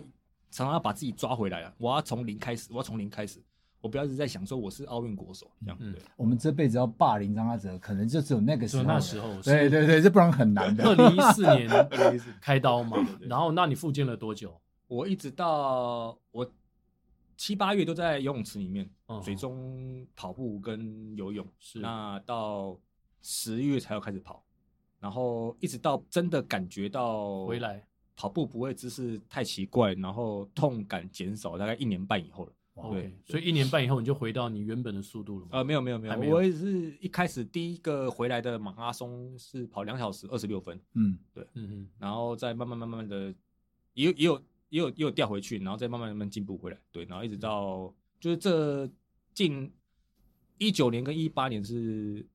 常常要把自己抓回来了，我要从零开始，我要从零开始，我不要一直在想说我是奥运国手这样。
嗯
对，
我们这辈子要霸凌张阿哲，可能就只有那个时
就
候，
那时候，
对对对，这不然很难
二
的。
零一四年
2014
开刀嘛
对对，对
然后那你复健了多久？
我一直到我七八月都在游泳池里面，
哦
水中跑步跟游泳。
是
那到十月才要开始跑，然后一直到真的感觉到
回来
跑步不会姿势太奇怪，然后痛感减少，大概一年半以后了。
，OK，
对
所以一年半以后你就回到你原本的速度了
呃，
嘛？
没有没有没有，
还没有
我也是一开始第一个回来的马拉松是跑两小时二十六分，
嗯，
嗯嗯，
然后再慢慢慢慢的，也有也有也有也有掉回去，然后再慢慢慢慢进步回来，对，然后一
嗯
直到就是这近一九年跟一八年是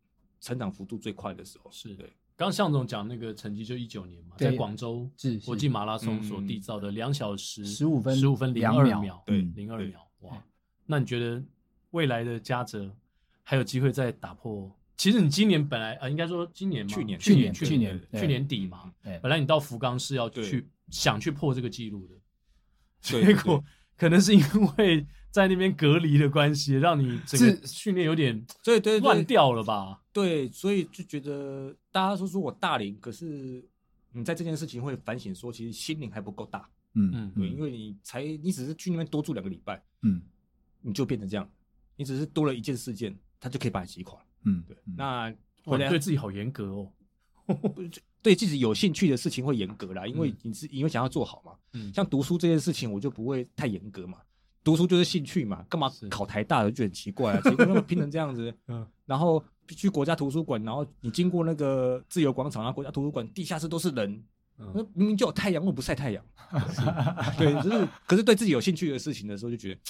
成长幅度最快的时候，
是
对，
刚向总讲那个成绩就一九年嘛，
对
在广州
是
国际马拉松所缔造的两小时
15分
十五分零
2
二
秒嗯
秒，
对
零二
对
秒，哇！那你觉得未来的嘉泽还有机会再打破？其实你今年本来呃，应该说今年嘛
去年
去年
去
去
年
年
去年
去年底嘛，
对
本来你到福冈是要
对
去想去破这个记录的，
对
结果可能是因为在那边隔离的关系，让你整个
是
训练有点
所以对
乱
对
掉了吧？
对，所以就觉得大家都说我大龄，可是你在这件事情会反省说，其实心灵还不够大，
嗯
嗯
对，因为你才你只是去那边多住两个礼拜，
嗯
你就变成这样，你只是多了一件事件，它就可以把你击垮，
嗯，
对，
嗯
那
哇
回
你
来
对自己好严格哦，
对自己有兴趣的事情会严格啦，因为
嗯
你是因为想要做好嘛。
嗯
像读书这件事情，我就不会太严格嘛。读书就是兴趣嘛，干嘛
是
考台大的就很奇怪啊？结果那么拼成这样子，
嗯
然后去国家图书馆，然后你经过那个自由广场，然后国家图书馆地下室都是人，那
嗯，
明明就有太阳，为什么不晒太 阳？对，就是可是对自己有兴趣的事情的时候，就觉得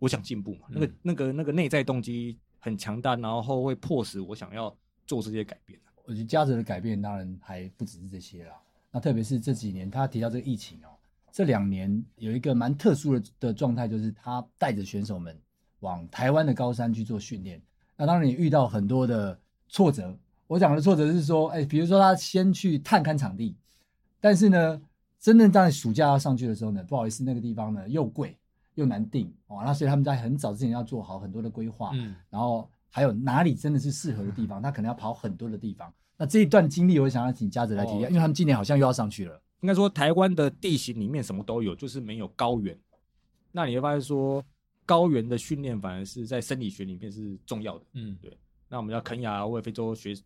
我想进步嘛，那个
嗯
那个那个内在动机很强大，然后会迫使我想要做这些改变。啊
我觉得嘉泽的改变当然还不只是这些啦。那特别是这几年，他提到这个疫情哦，这两年有一个蛮特殊的的状态，就是他带着选手们往台湾的高山去做训练。那当然也遇到很多的挫折。我讲的挫折是说，哎，比如说他先去探勘场地，但是呢，真正在暑假要上去的时候呢，不好意思，那个地方呢又贵又难定哦，那所以他们在很早之前要做好很多的规划。
嗯
然后还有哪里真的是适合的
嗯
地方，他可能要跑很多的地方。那这一段经历，我想要请嘉泽来提一下，
哦
因为他们今年好像又要上去了。
应该说台湾的地形里面什么都有，就是没有高原。那你会发现说，高原的训练反而是在生理学里面是重要的。
嗯
那我们要肯亚或者非洲学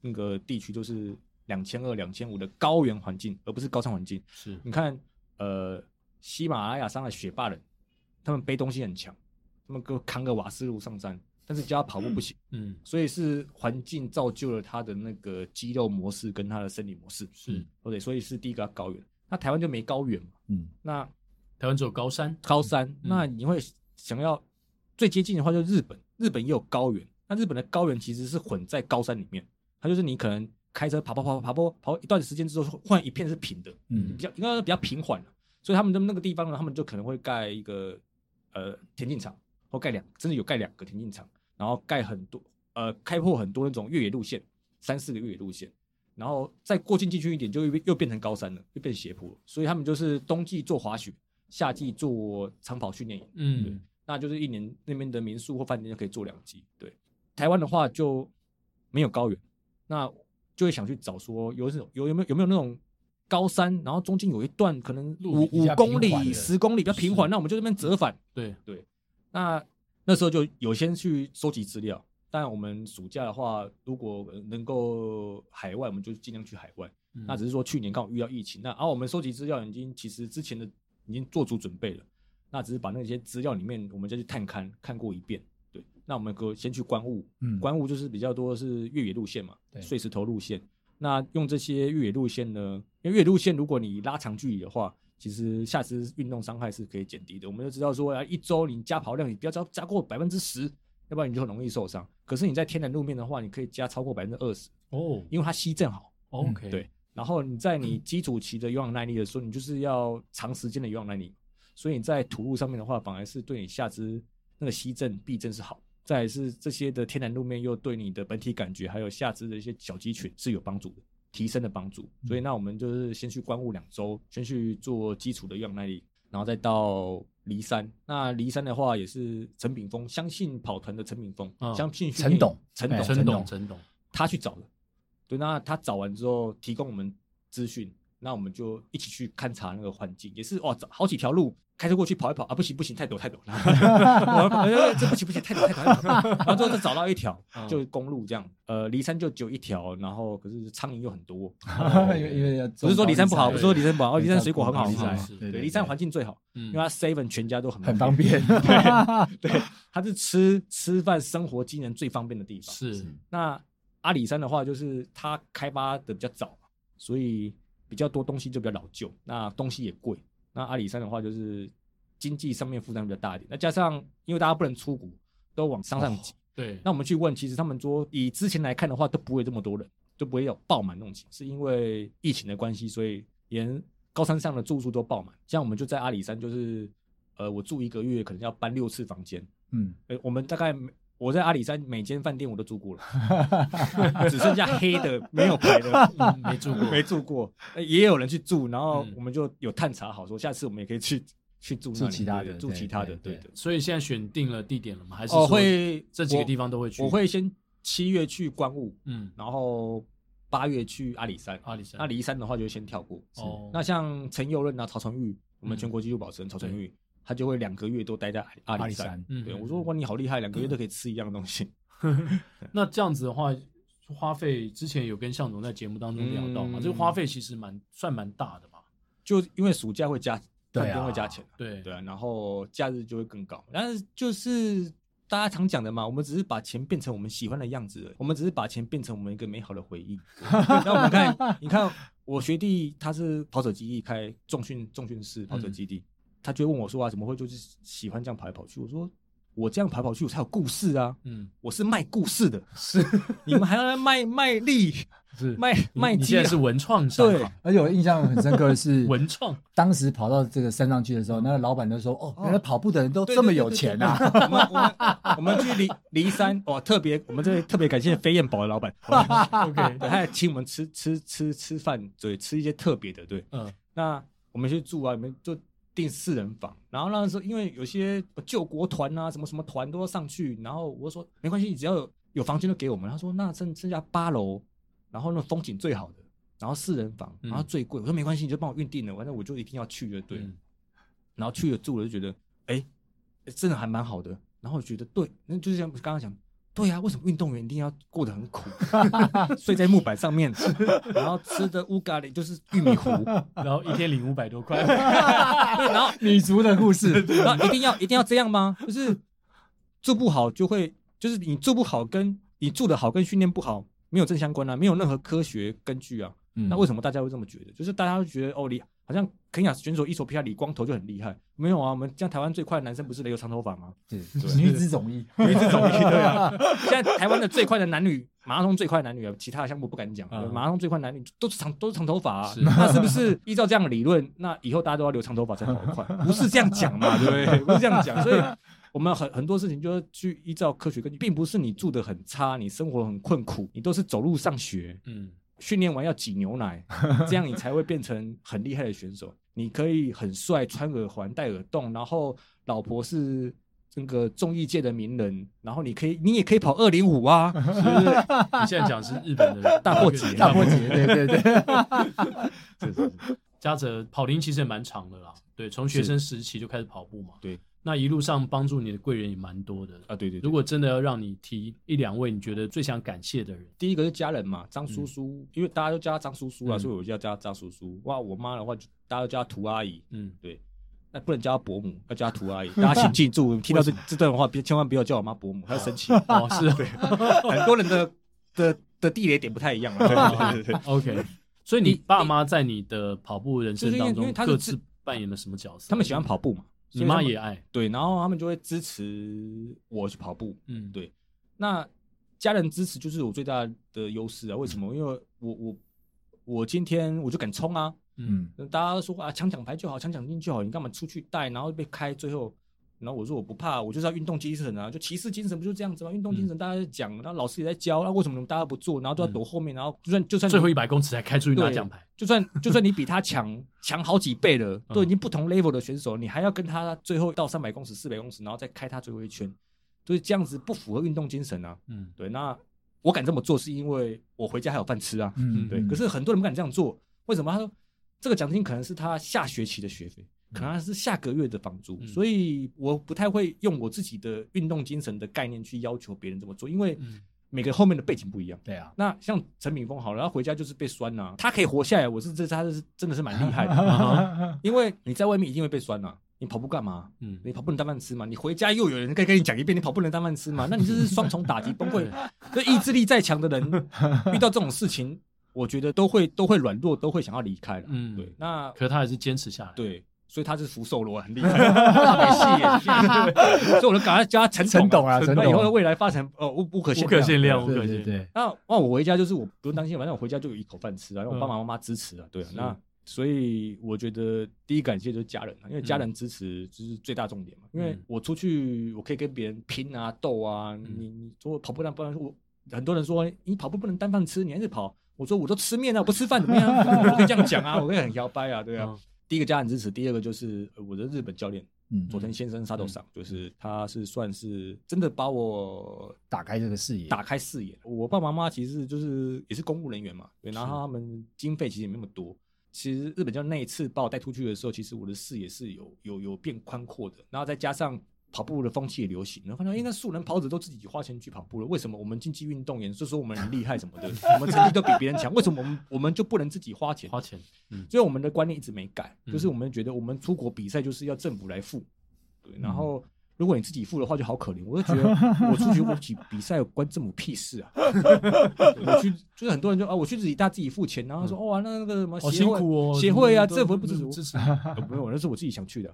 那个地区都是两千二、两千五的高原环境，而不是高山环境。
是
你看，呃，喜马拉雅山的雪霸人，他们背东西很强，他们给我扛个瓦斯炉上山，但是叫他跑步不行，
嗯
所以是环境造就了他的那个肌肉模式跟他的生理模式。
是，
对，所以是第一个要高原。那台湾就没高原嘛，
嗯，
那
台湾只有高山，
高山，那你会想要最接近的话就是日本，日本也有高原，那日本的高原其实是混在高山里面，它就是你可能开车爬爬爬爬爬爬一段时间之后，忽然一片是平的，
嗯
比较应该说比较平缓了、所以他们的那个地方呢，他们就可能会盖一个呃田径场，或盖两，真的有盖两个田径场，然后盖很多呃开拓很多那种越野路线，三四个越野路线，然后再过境进去一点，就又变又变成高山了，又变斜坡了，所以他们就是冬季做滑雪，夏季做长跑训练营，对
嗯，
那就是一年那边的民宿或饭店就可以做两季。对，台湾的话就没有高原，那就会想去找说有这种有有没有有没有那种高山，然后中间有一段可能
路
五
比
五
较
公
平缓
里、
的
十公里比较平缓，那我们就这边折返。
对，
那那时候就有先去收集资料，但我们暑假的话，如果呃能够海外，我们就尽量去海外。
嗯
嗯
那只是说去年刚好遇到疫情，那而、啊、我们收集资料已经其实之前的已经做足准备了，那只是把那些资料里面我们再去探勘看过一遍。对，那我们可先去观雾，
嗯
观雾就是比较多的是越野路线嘛，
对
碎石头路线。那用这些越野路线呢，因为越野路线如果你拉长距离的话，其实下肢运动伤害是可以减低的。我们就知道说，啊，一周你加跑量你不要超加过百分之十，要不然你就很容易受伤。可是你在天然路面的话，你可以加超过百分之二十，
哦
因为它吸震好。
，OK，
嗯对，然后你在你基础期的有氧耐力的时候，你就是要长时间的有氧耐力，所以你在土路上面的话，反而是对你下肢那个吸震、避震是好。再来是这些的天然路面又对你的本体感觉还有下肢的一些小肌群是有帮助的，提升的帮助。所以那我们就是先去观雾两周，先去做基础的有氧耐力，然后再到骊山。那骊山的话也是陈炳峰，相信跑团的陈炳峰，
嗯
相信训
陈
练
董
陈
哎
董，
陈董，
董
陈董，
他去找了，对，那他找完之后提供我们资讯，那我们就一起去勘察那个环境，也是哦，找好几条路开车过去跑一跑啊，不行不行，太陡太 陡了，我要跑哎这不行不行，太陡太陡，太陡 然后最后就找到一条
嗯
就是公路这样，呃，离山就只有一条，然后可是苍蝇又很多，
因为因为要
不是说离山不好，
种高
不是说离山不好，
对
离山水果很好，
种高
很
丽
好
菜
对
对，
对
离山环境最好，
嗯
因为它 seven 全家都很
很方 便，
它是吃吃饭生活机能最方便的地方，
是
是
那阿里山的话，就是它开发的比较早嘛，所以比较多东西就比较老旧，那东西也贵。那阿里山的话，就是经济上面负担比较大一点。那加上因为大家不能出国，都往山上挤。
对，
那我们去问，其实他们说以之前来看的话，都不会这么多人，都不会有爆满那种情，是因为疫情的关系，所以连高山上的住宿都爆满。像我们就在阿里山，就是呃，我住一个月可能要搬六次房间，
嗯，
呃，我们大概每我在阿里山每间饭店我都住过 了，只剩下黑的没有白的，
嗯没住过，
没住过。呃也有人去住，然后
嗯
我们就有探查好说，下次我们也可以去去住那
住
里
其他
对
的
住
对
其他的，
对
对
对
对。
所以现在选定了地点了吗？还是说
哦，会
这几个
我
地方都会去？
我，会先七月去观雾，
嗯，
然后八月去阿里山。
阿里山，
那离山的话就先跳过。
哦
那像陈佑任啊、曹纯玉，我
嗯
们全国纪录保持人曹纯玉，他就会两个月都待在阿
阿
阿
里
里山。
山，
嗯，
对，我说哇，你好厉害，两个月都可以吃一样 东西。
那这样子的话，花费之前有跟向总在节目当中聊到嘛，
嗯
这个花费其实蛮算蛮大的吧？
就因为暑假会加，
对啊
饭店会加钱，
对
对啊，然后假日就会更高。但是就是大家常讲的嘛，我们只是把钱变成我们喜欢的样子而已，我们只是把钱变成我们一个美好的 回忆。那我们看，你看我学弟他是跑者基地开重训重训室跑者基
嗯
地，他就会问我说啊，怎么会就是喜欢这样跑来跑去？我说我这样跑来跑去，我才有故事啊。
嗯，
我是卖故事的，是你们还要来卖卖力、
是
卖卖
你
肌
现在
肉
是文创商
对
行，
而且我印象很深刻的 是
文创，
当时跑到这个山上去的时候，那个老板都说：“哦，原来跑步的人都
嗯对
这么有钱啊！”！
对对对对对我们我们我们去骊骊山哦，特别我们这里特别感谢飞燕堡的老板，OK，他还请我们吃吃吃吃饭，对，吃一些特别的，对。
嗯，
那我们去住啊，我们就订四人房，然后那时候因为有些救国团啊，什么什么团都要上去，然后我就说没关系，你只要有有房间就给我们。他说那剩剩下八楼，然后那风景最好的，然后四人房，
嗯
然后最贵。我说没关系，你就帮我预定了，反正我就一定要去就对了。
嗯
然后去了住了就觉得，哎、诶真的还蛮好的。然后觉得对，那就是像刚刚讲，对啊呀、为什么运动员一定要过得很苦， 睡在木板上面，然后吃的乌咖喱就是玉米糊，
然后一天领五百多块，
然后
女足的故事，
然后一定要一定要这样吗？就是做不好就会，就是你做不好跟你做的好跟训练不好没有正相关啊，没有任何科学根据啊。那为
什
什么大家会这么觉得？就是大家会觉得哦，你好像肯亚选手一手皮亚理光头就很厉害，没有啊？我们像台湾最快的男生不是也有长头发吗？
对，女子总一，
女子总一对啊。 现在台湾的最快的男女马拉松最快的男女啊，其他的项目不敢讲。
嗯
马拉松最快的男女都是长都是长头发啊，
是
那是不是依照这样的理论，那以后大家都要留长头发才跑得 快？不是这样讲嘛，对不对？不是这样讲，所以。我们很很多事情就是去依照科学根据，并不是你住的很差，你生活很困苦，你都是走路上学，
嗯，
训练完要挤牛 奶，这样你才会变成很厉害的选手。你可以很帅，穿耳环、戴耳洞，然后老婆是那个综艺界的名人，然后你可以，你也可以跑二零五 啊，是不是？
你现在讲的是日本的
大破解
大波姐，对对 对，
是是是
嘉泽跑龄其实也蛮长的啦，对，从学生时期就开始跑步嘛，
对，
那一路上帮助你的贵人也蛮多的。
啊，对对对。
如果真的要让你提一两位你觉得最想感谢的人，
第一个是家人嘛，张叔叔，因为大家都叫他张叔叔啊，
嗯
所以我就叫他张叔叔。哇，我妈的话就大家都叫她涂阿姨，
嗯，
那不能叫她伯母，要叫她涂 阿姨。大家请记住，听到这这段话，别千万不要叫我妈伯母，她会生 气。
哦，是啊
很多人的的的地雷点不太一 样了。对对对对
，OK。所以你爸妈在你的跑步人生当
就是因为因
中
为他是
各
自
自扮演了什么角色？
他们喜欢，跑步嘛，
你嗯妈
所以他们
也爱，
对，然后他们就会支持我去跑步。
嗯，
对那家人支持就是我最大的优势啊！为什
嗯
么？因为我我我今天我就敢冲啊！
嗯，
嗯，
大家都说啊，抢奖牌就好，抢奖金就好，你干嘛出去带，然后被开，最后。然后我说我不怕，我就是要运动精神啊，就骑士精神不就这样子吗？运动
嗯
精神大家在讲，然后老师也在教，那、为什么你们大家不做？然后都要躲后面，然后就算就算你
最后一百公尺才开出去拿奖牌，
就算 就算你比他强强好几倍了，
嗯
都已经不同 level 的选手，你还要跟他最后到三百公尺、四百公尺，然后再开他最后一圈，就是这样子不符合运动精神啊。
嗯，
对，那我敢这么做是因为我回家还有饭吃啊。
嗯
对，可是很多人不敢这样做，为什么？他说这个奖金可能是他下学期的学费，可能是下个月的房租，
嗯
所以我不太会用我自己的运动精神的概念去要求别人这么做，因为
嗯
每个人后面的背景不一样。
对啊，
那像陈敏峰好了，他回家就是被酸呐、他可以活下来，我是这他是真的是蛮厉 害的，因为你在外面一定会被酸呐、你跑步干嘛？
嗯
你跑步能当饭吃吗？你回家又有人跟跟你讲一遍，你跑步能当饭吃吗？那你这是双重打击崩 溃。所以意志力再强的人，遇到这种事情，我觉得都会都会软弱，都会想要离开了。
嗯
对，那
可是他还是坚持下来，，
对，所以他是福寿螺，很厉 害，他没戏耶，所以我就赶快叫他陈
陈
董
董啊陈
那以后
董
的未来发展呃无无可限
无可限
量。
量，无
对
可
对
限量，
对，
那那我回家就是我不用担心，反正我回家就有一口饭吃啊，因为我
嗯
爸爸妈妈支持啊，对啊，
是
那所以我觉得第一感谢就是家人啊，因为家人支持就是最大重点嘛，因为
嗯
我出去我可以跟别人拼啊斗啊，你你说跑步那不然我很多人说哎你跑步不能单饭吃，你还是跑，我说我都吃面啊，我不吃饭怎么样？ 我可以这样讲啊，我可以很摇摆啊，对啊
嗯。
第一个家人支持，第二个就是呃我的日本教练
嗯，
佐藤先生沙斗上，
嗯
就是他是算是真的把我
打开这个视野，
打开视野。我爸爸妈妈其实就是也是公务人员嘛，对，然后他们经费其实也没那么多。其实日本就那一次把我带出去的时候，其实我的视野是有有有变宽阔的，然后再加上跑步的风气也流行，然后看到哎，诶那素人跑者都自己花钱去跑步了，为什么我们竞技运动员就说我们很厉害什么 的，我们成绩都比别人强，为什么我们我们就不能自己花钱？
花钱，嗯
所以我们的观念一直没改，
嗯
就是我们觉得我们出国比赛就是要政府来付，
嗯
对，然后。如果你自己付的话，就好可怜。我就 觉得我出去我比比赛关政府屁事啊！我去就是很多人就啊，我去自己大自己付钱，然后说哇，那那个什么
嗯好
协
辛
会
苦哦，
协会啊，
都
政府不支持
都
我
支持，
呃 没有，那是我自己想去的。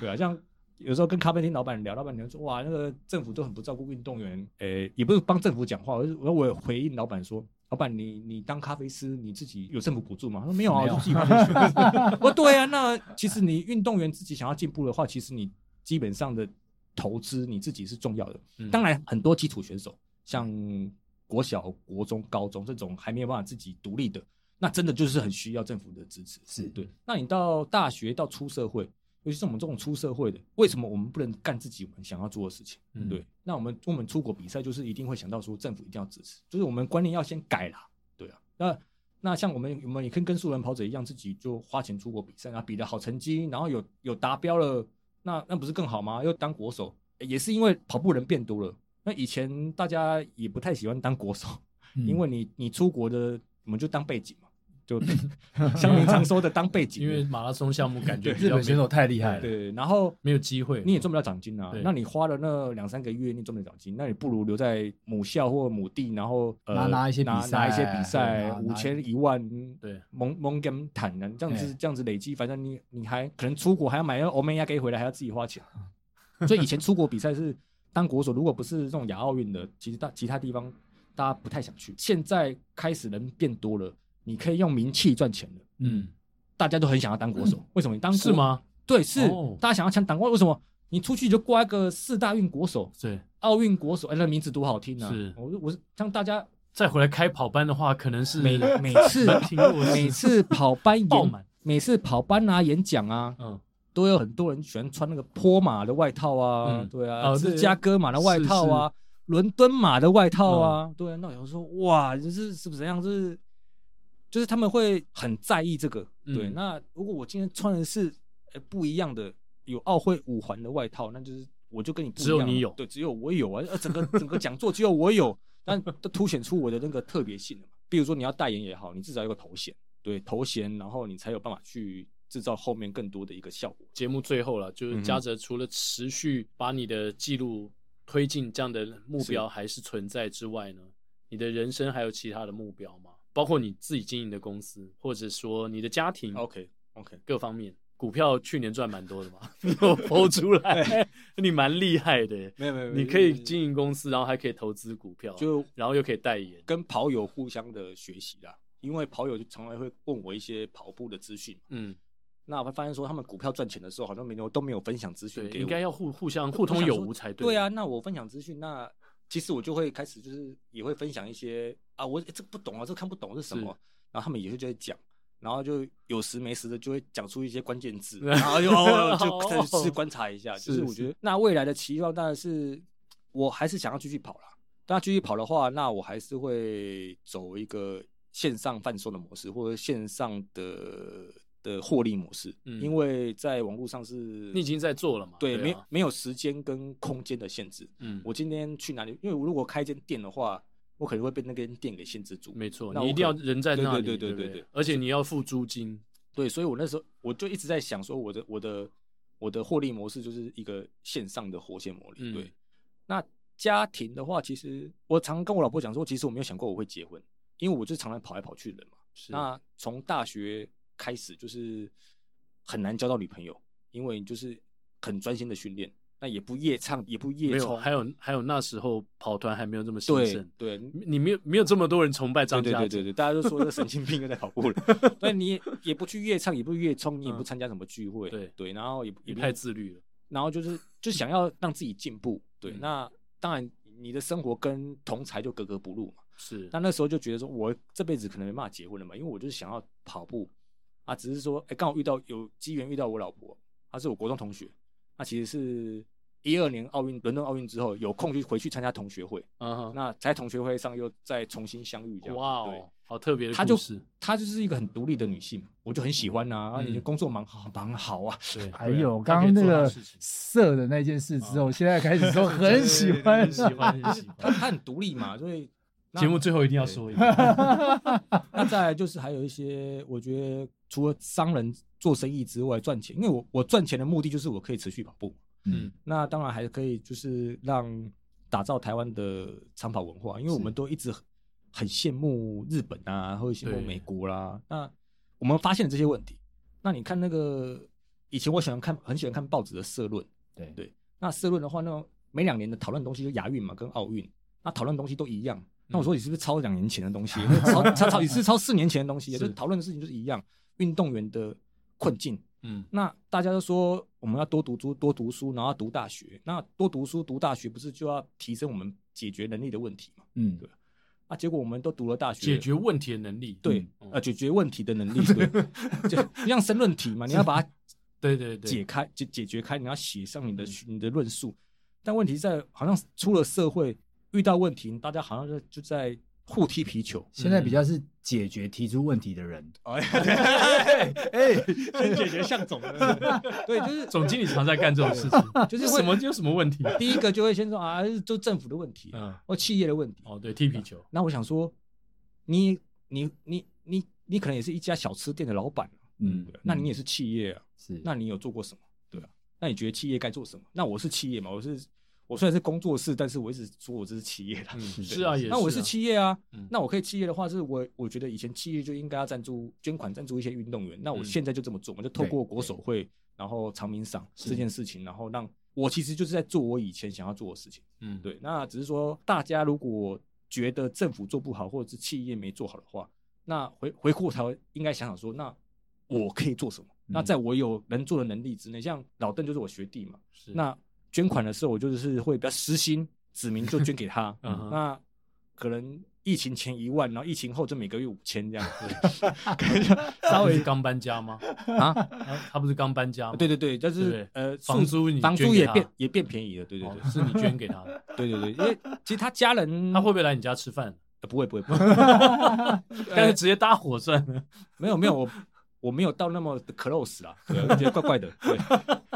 对啊，像有时候跟咖啡厅老板聊，老板娘说：“哇，那个政府都很不照顾运动员。”诶，也不是帮政府讲话，而是我我有回应老板说：“老板，你你当咖啡师，你自己有政府补助吗？”他说：“没有啊，
没有
我就自己花 钱学。”我说：“对啊，那其实你运动员自己想要进步的话，其实你基本上的投资你自己是重要的。
嗯
当然，很多基础选手像国小、国中、高中这种还没有办法自己独立的，那真的就是很需要政府的支持。
是
对。那你到大学到出社会，尤其是我们这种出社会的，为什么我们不能干自己我们想要做的事情？
嗯
对。那我们我们出国比赛，就是一定会想到说政府一定要支持，就是我们观念要先改啦。对啊，那。那像我们我们也跟跟素人跑者一样，自己就花钱出国比赛，然后比的好成绩，然后有有达标了，那那不是更好吗？又当国手，也是因为跑步人变多了。那以前大家也不太喜欢当国手，
嗯
因为你你出国的，我们就当背景嘛， 就乡民常说的当背景，
因为马拉松项目 感觉比
日
较
本选手太厉害了，
对，然后
没有机会，
你也赚不了奖金啊
对。
那你花了那两三个月，你赚不了奖金，那你不如留在母校或母地，然后呃
拿拿一些比
拿
赛
拿一些比
对
赛，
拿
五千一万，
对，嗯
蒙蒙跟坦然这样
哎
子这样子累积，反正你你还可能出国还要买那欧美亚给回来，还要自己 花钱。所以以前出国比赛是当国手，如果不是这种亚奥运的，其实大其他地方大家不太想去。现在开始人变多了，你可以用名气赚钱了，
嗯，
大家都很想要当国手。为什么？你当
嗯
国
是？吗？
对，是、
哦
大家想要抢党冠，为什么？你出去就挂一个四大运国手、
对，
奥运国手，哎、那名字多好听啊！
是
我我像大家
再回来开跑班的话，可能是
每每次
没 听过
每次跑班
爆
演
满，
每次跑班啊、演讲啊，
嗯，
都有很多人喜欢穿那个坡马的外套啊，
嗯
对啊，
哦对
芝加哥马的外套啊，伦敦马的外套啊，
嗯
对啊。那有人说哇，就是是不是这样？就是就是他们会很在意这个。
嗯
对，那如果我今天穿的是呃不一样的，有奥会五环的外套，那就是我就跟你不一样
只有你有
对，只有我有啊，呃整个 整个讲座只有我有， 但都凸显出我的那个特别性了嘛。比如说你要代言也好，你至少有个头衔，对头衔，然后你才有办法去制造后面更多的一个效果。
节目最后了，就是
嗯哼
嘉泽除了持续把你的记录推进这样的目标还是存在之外呢，你的人生还有其他的目标吗？包括你自己经营的公司，或者说你的家庭
OK OK，
各方面。股票去年赚蛮多的嘛， 我剖出 来，你蛮厉害的耶。
没有没有，
你可以经营公司，然后还可以投资股票，
就
然后又可以代言。
跟跑友互相的学习啦，因为跑友就常常会问我一些跑步的资讯，
嗯，
那我会发现说他们股票赚钱的时候好像没有都没有分享资讯
对，
给我，
应该要互互相互通有无才
对。
对
啊，，那我分享资讯，那其实我就会开始就是也会分享一些啊，我、诶这个不懂啊，这个看不懂是什么，然后他们也会就在讲。然后就有时没时的就会讲出一些关 键字，然后就哦就再去观察一下。就是
是
我觉得那未来的期望当然是我还是想要继续跑啦。但继续跑的话，那我还是会走一个线上贩售的模式，或者线上的的获利模式，
嗯
因为在网络上是
你已经在做了嘛？
对，
啊
没没有时间跟空间的限制。
嗯，
我今天去哪里？因为我如果开一间店的话，我可能会被那间店给限制住。
没错，
那
你
我
一定要
可
人在那里，
对对对
对不
对对对
而且你要付租金，
对，所以我那时候我就一直在想说我，的我的我的获利模式就是一个线上的活线模
嗯
式。对，那家庭的话，其实我常跟我老婆讲说，其实我没有想过我会结婚，因为我就常常跑来跑去的人嘛。
是
那从大学开始就是很难交到女朋友，因为你就是很专心的训练，那也不夜唱，也不夜
没有，
冲，
还有还有那时候跑团还没有这么兴
对
盛，
对，
你你没有没有这么多人崇拜张
对
家
对
泽
对对，大家都说这神经病又在跑 步了。 对，你也也不去夜唱，也不去夜冲，你也不参加什么聚会，
嗯对
对，然后也也
你
不
太自律了，
然后就是就想要让自己进步。对，
嗯
那当然你的生活跟同才就格格不入嘛。
是
那那时候就觉得说，我这辈子可能没办法结婚了嘛，因为我就是想要跑步啊，只是说，哎、刚好遇到有机缘遇到我老婆，她是我国中同学，那其实是一二年奥运伦敦奥运之后有空就回去参加同学会，
嗯哼，
那在同学会上又再重新相遇这样。
哇
对
哦，好特别的
她
故
就
事，
她就是一个很独立的女性，我就很喜欢啊，啊
嗯
你的工作忙好忙 好啊，
对，
还
对啊
有
他
哎刚
可以
刚那
做他的
个
事情
射的那件事之后，现在开始说很喜欢
对对对很喜欢，很喜
她
欢。
她很独立嘛，所以 那
节目最后一定要
对
说一个，
那再来就是还有一些，我觉得除了商人做生意之外赚钱，因为我我赚钱的目的就是我可以持续跑步，
嗯，
那当然还可以就是让打造台湾的长跑文化，因为我们都一直很很羡慕日本啊，或者羡慕
对
美国啦、那我们发现了这些问题，那你看那个以前我喜欢看很喜欢看报纸的社论，
对
对那社论的话呢，每两年的讨论东西就亚运嘛跟奥运，那讨论东西都一样。
嗯
那我说你是不是抄两年前的 东西？抄抄抄，你是抄四年前的东西，
是
就是讨论的事情就是一样。运动员的困境，
嗯，
那大家都说我们要多读书，多读书，然后要读大学。那多读书、读大学不是就要提升我们解决能力的问题嘛？
嗯，
啊，结果我们都读了大学，
解决问题的能力，
对
嗯
呃解决问题的能力， 对，就就像申论题嘛，你要把它
对对对，
解开、解解决开，你要写上你的你的论述。但问题在，好像出了社会遇到问题，大家好像就就在互踢皮球。
现在比较是解决提出问题的人，
哦 哎，
先
解决向总， 对，就是
总经理常在干这 种事情，
就是会
什么有什么问 题？
第一个就会先说啊，就政府的问题，哦
嗯，
或企业的问题。
哦，对，踢皮球，
那我想说，你你你你你可能也是一家小吃店的老板，啊
嗯
对，那你也是企业啊，
是
那你有做过什么？对啊，那你觉得企业该做什么？那我是企业嘛，我是我虽然是工作室，但是我一直说我这是企 业啦。
嗯
是
是啊，也
那我
是
是
啊
企业啊，
嗯
那我可以企业的话，是我我觉得以前企业就应该要赞助捐款赞助一些运动员，那我
嗯
现在就这么做，我就透
对
过国手会，然后长鸣赏这件事情，然后让我其实就是在做我以前想要做的事情。
嗯，
对，那只是说大家如果觉得政府做不好，或者是企业没做好的话，那回回过头应该想想说，那我可以做什么？
嗯
那在我有能做的能力之内，像老邓就是我学弟嘛，
是
那捐款的时候我就是会比较私心，指明就捐给他
。嗯哼
那可能疫情前一万，然后疫情后就每个月五千这样子，可能就
他
稍
不
微
是刚搬家 吗？
啊，
他他不是刚搬家吗？
对对对，但
对不
是
对
呃，
房租你
房
捐
租
给
也
他
变也变便宜了，对对
哦
对，
是你捐给他 的，
对对对，因为其实他家人
他会不会来你家吃饭？
呃不会不会不会，
但 是直接搭伙算了。
没有没有，我我没有到那么的 close 啦， 对，我觉得怪怪的，对，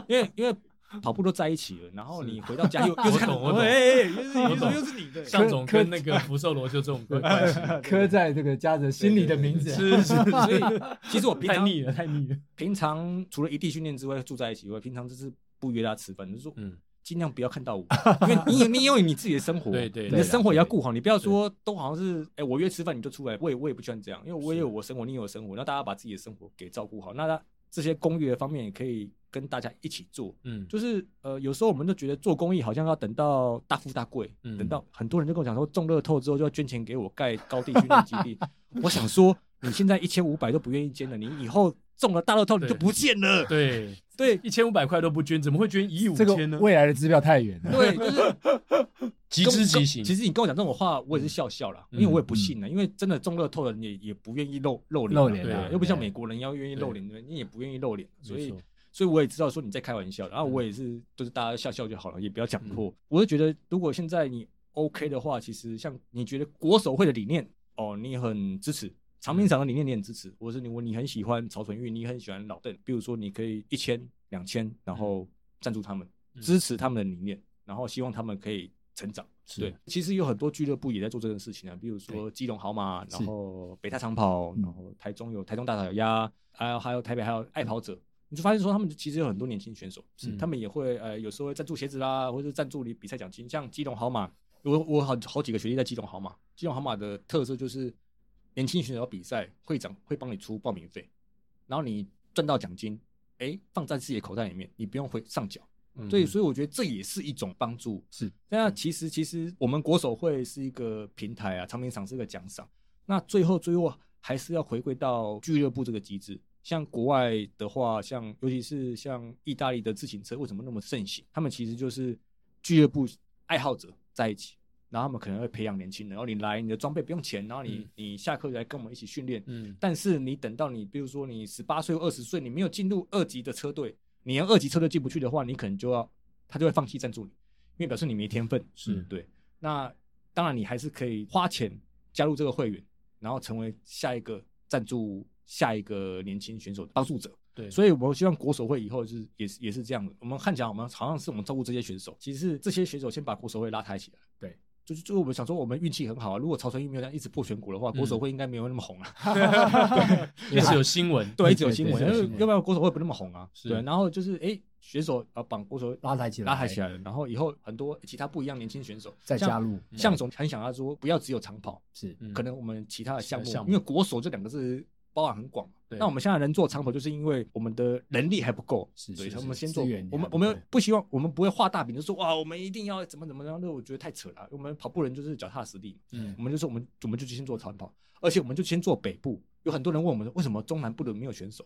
因为因为跑步都在一起了，然后
是
你回到 家又又是看
我懂我懂
哎哎，哎又是
我
又
懂
是又是你的，
向总
柯
跟那 个福寿螺就这种关系，
刻在这个家的心里的名字，
呃是是，
所 以其实我平
太
常
腻了，太腻了。
平常除了一地训练之外住在一起以外，平常就是不约他吃饭，就是说
嗯，
尽量不要看 到我，因为你你有你自己的生活，
对对
你
对
的
啦
生活也要顾好，你不要说都好像是，哎，我约吃饭你就出来，我也我也不喜欢这样，因为我也有我生活，你也有生活，那大家把自己的生活给照顾好，那大这些公约方面也可以跟大家一起做，
嗯，
就是呃，有时候我们就觉得做公益好像要等到大富大贵，
嗯
等到很多人就跟我讲说中乐透之后就要捐钱给我盖高地训练基 地，我想说你现在一千五百都不愿意捐了，你以后中了大乐透你就
对
不见了，
对，
对
一千五百块都不捐，怎么会捐一亿五
这个
千呢？
未来的支票太远了。
对， 就是
极
跟
之极
跟
行，
其实你跟我讲这种话，我也是笑笑啦，
嗯
因为我也不信啊了，因为真的中乐透的人也也不愿意露露脸啊，
露脸
啊
对啊
对
又不像
对
美国人要愿意露脸，你也不愿意露脸，啊所
没
以
错
所以我也知道说你在开玩笑，然后
嗯
我也是就是大家笑笑就好了，也不要讲破。我是觉得如果现在你 OK 的话，其实像你觉得国手会的理念哦，你很支持。长
嗯
平场的理念你很支持，或者是你你很喜欢曹纯玉，你很喜欢老邓，比如说你可以一千、两千，然后赞助他们，
嗯
支持他们的理念，然后希望他们可以成长。
是
对，其实有很多俱乐部也在做这件事情啊，比如说基隆好马，然后北大长跑，
嗯
然后台中有台中大脚丫，还有还有台北还有爱跑者，你就发现说他们其实有很多年轻选手，
是
他们也会呃有时候会赞助鞋子啦，或者是赞助你比赛奖金，像基隆好马，我我好好几个学弟在基隆好马，基隆好马的特色就是年轻选手比赛，会长会帮你出报名费，然后你赚到奖金，哎，放在自己的口袋里面，你不用回上缴。
嗯
对，所以我觉得这也是一种帮助。
是，
那啊其实其实我们国手会是一个平台啊，长平场是一个奖赏。那最后最后啊还是要回归到俱乐部这个机制。像国外的话，像尤其是像意大利的自行车为什么那么盛行？他们其实就是俱乐部爱好者在一起，然后他们可能会培养年轻人，然后你来，你的装备不用钱，然后你、
嗯
你下课来跟我们一起训练，
嗯
但是你等到你，比如说你十八岁、二十岁，你没有进入二级的车队，你连二级车队进不去的话，你可能就要他就会放弃赞助你，因为表示你没天分。嗯
是
对。那当然，你还是可以花钱加入这个会员，然后成为下一个赞助下一个年轻选手的帮助者。
对，以
所以我希望国手会以后就是也是也是这样的。我们看起来我们好像是我们照顾这些选手，其实是这些选手先把国手会拉抬起来。
对。
就是就是我们想说，我们运气很好啊。如果曹纯玉没有这样一直破全国的话，国
嗯
手会应该没有那么红啊了、
一直有新闻，
对，一直
对
有
对
新
对
闻，
对
因
对
为
新闻
要不然国手会不那么红啊。
是
对，然后就是哎，选手啊，把国手
拉抬起来，
拉抬起来了，然后以后很多其他不一样年轻选手
再加。入，
像向总很想要说，不要只有长跑，
是
嗯
可能我们其他的项目
其他项，目
因为国手这两个字包含很广嘛。
对
那我们现在能做长跑，就是因为我们的能力还不够，
是
对，
是
所以我
是
们先做
资源。
我
还
们
不
我们
够
不希望，我们不会画大饼，就说哇，我们一定要怎么怎么样。那我觉得太扯了。我们跑步人就是脚踏实地嘛，
嗯
我们就说我们我们就先做长跑，而且我们就先做北部。有很多人问我们为什么中南部的没有选手，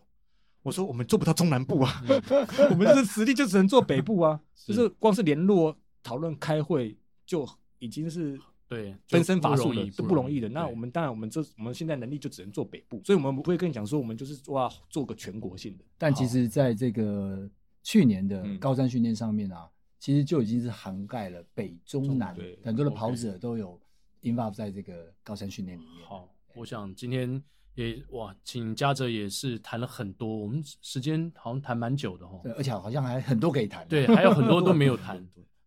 我说我们做不到中南部啊， 我们的实力就只能做北部啊，
嗯是
就是光是联络、讨论、开会就已经是
对
分身乏
就
术
不容
了
易，
这
不
不
容
容
易
易的。那
对
我们当然我们这我们现在能力就只能做北部，所以我们不会跟你讲说我们就是做要做个全国性的，
但其实在这个去年的
嗯
高山训练上面啊，其实就已经是涵盖了北中南
对
很多的
OK
跑者都有 involve 在这个高山训练里面。
好，我想今天也哇，请嘉哲也是谈了很多，我们时间好像谈蛮久的哦。
对，而且好像
啊
还很多可以谈。
对，还有很多都没有谈。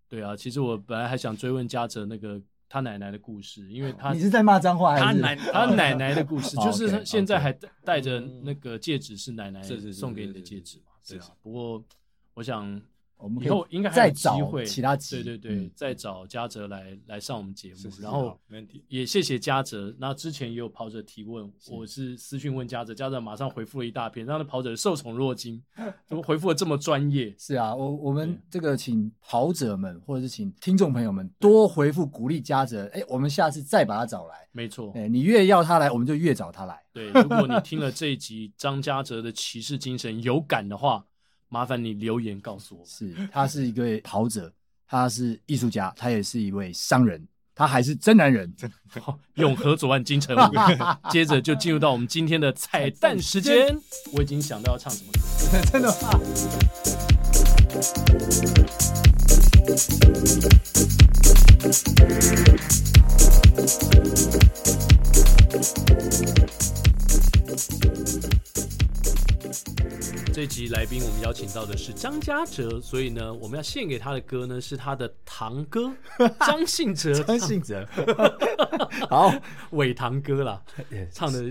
对啊，其实我本来还想追问嘉哲那个他奶奶的故事，因为他
哦你是在骂脏话还是？
他奶
他奶奶的故事，
哦
就是他
OK，OK
现在还戴戴着
嗯
那个戒指，是奶奶
是是是
送给你的
是是
戒指嘛？
是
对
是
啊。不过我想
我们可
以后应该还
再
有机
找
会
其他集，
对对对
嗯，
再找嘉哲来来上我们节
是
目
是，是
然后
好没问题
也谢谢嘉哲。那之前也有跑者提问，我是私讯问嘉哲，嘉哲马上回复了一大篇，让那跑者受宠若惊，怎么回复的这么专业？
是啊，我我们
对
这个请跑者们或者是请听众朋友们多回复鼓励嘉泽，哎，我们下次再把他找来。
没错，
哎，你越要他来，我们就越找他来。
对，如果你听了这一集张嘉哲的骑士精神有感的话，麻烦你留言告诉我们。
是他是一位跑者，他是艺术家，他也是一位商人，他还是真男人。
好，永和左岸金城 武。接着就进入到我们今天的彩蛋时间，我已经想到要唱什么歌。
真的吗？
这集来宾我们邀请到的是张嘉哲，所以呢，我们要献给他的歌呢是他的堂 哥张信哲，
张信
啊
哲，好，
伪堂哥 啦，
也
唱的。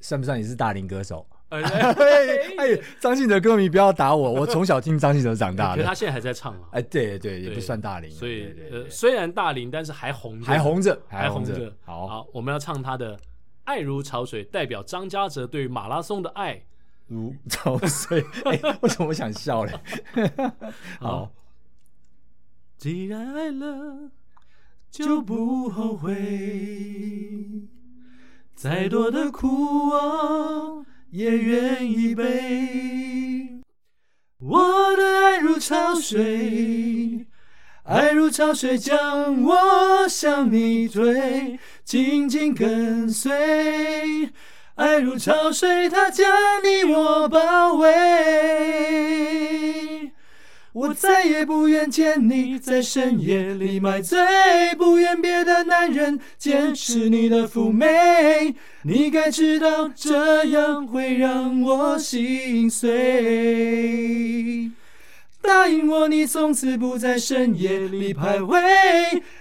算不算也是大龄歌手？
呃，
哎，张信哲歌迷不要打我，我从小听张信哲长大
可是
的
他。现在还在唱啊，
哎，对对，也
对
不算大龄，
所
对
以
对对
呃，虽然大龄，但是还红着，
还红着，
还红
着
着。。
好，
我们要唱他的《爱如潮水》，代表张嘉哲对于马拉松的爱。
如潮水，哎，为什么我想笑嘞？ 好，
既然爱了，就不后悔，再多的苦我也愿意背。我的爱如潮水，爱如潮水将我向你推，紧紧跟随。爱如潮水，它将你我包围。我再也不愿见你在深夜里买醉，不愿别的男人监视你的妩媚。你该知道，这样会让我心碎。答应我，你从此不在深夜里徘徊，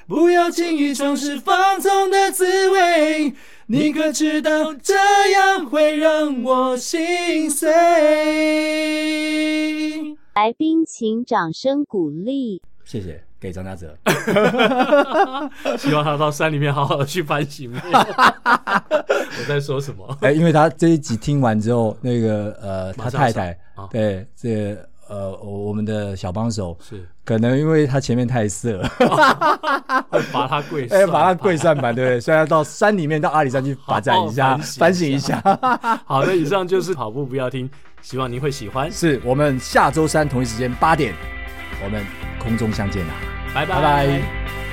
不要轻易尝试放纵的滋味。你可知道，这样会让 我心碎。
来宾请掌声鼓励。
谢谢，给张大哲。
希望他到山里面好好的去反省。 我在说什么？
哎，因为他这一集听完之后，那个呃，
马
他
上
太太
上啊
对这个呃，我我们的小帮手
是
可能因为他前面太色，
罚他跪，
哎，把他跪。算盘，对不对？所以要到山里面，到阿里山去罚站一
好
下，
好
反
反
省
省
一
一
下
下。好的，以上就是跑步不要听，希望您会喜欢。
是我们下周三同一时间八点，我们空中相见啦，
拜
拜拜。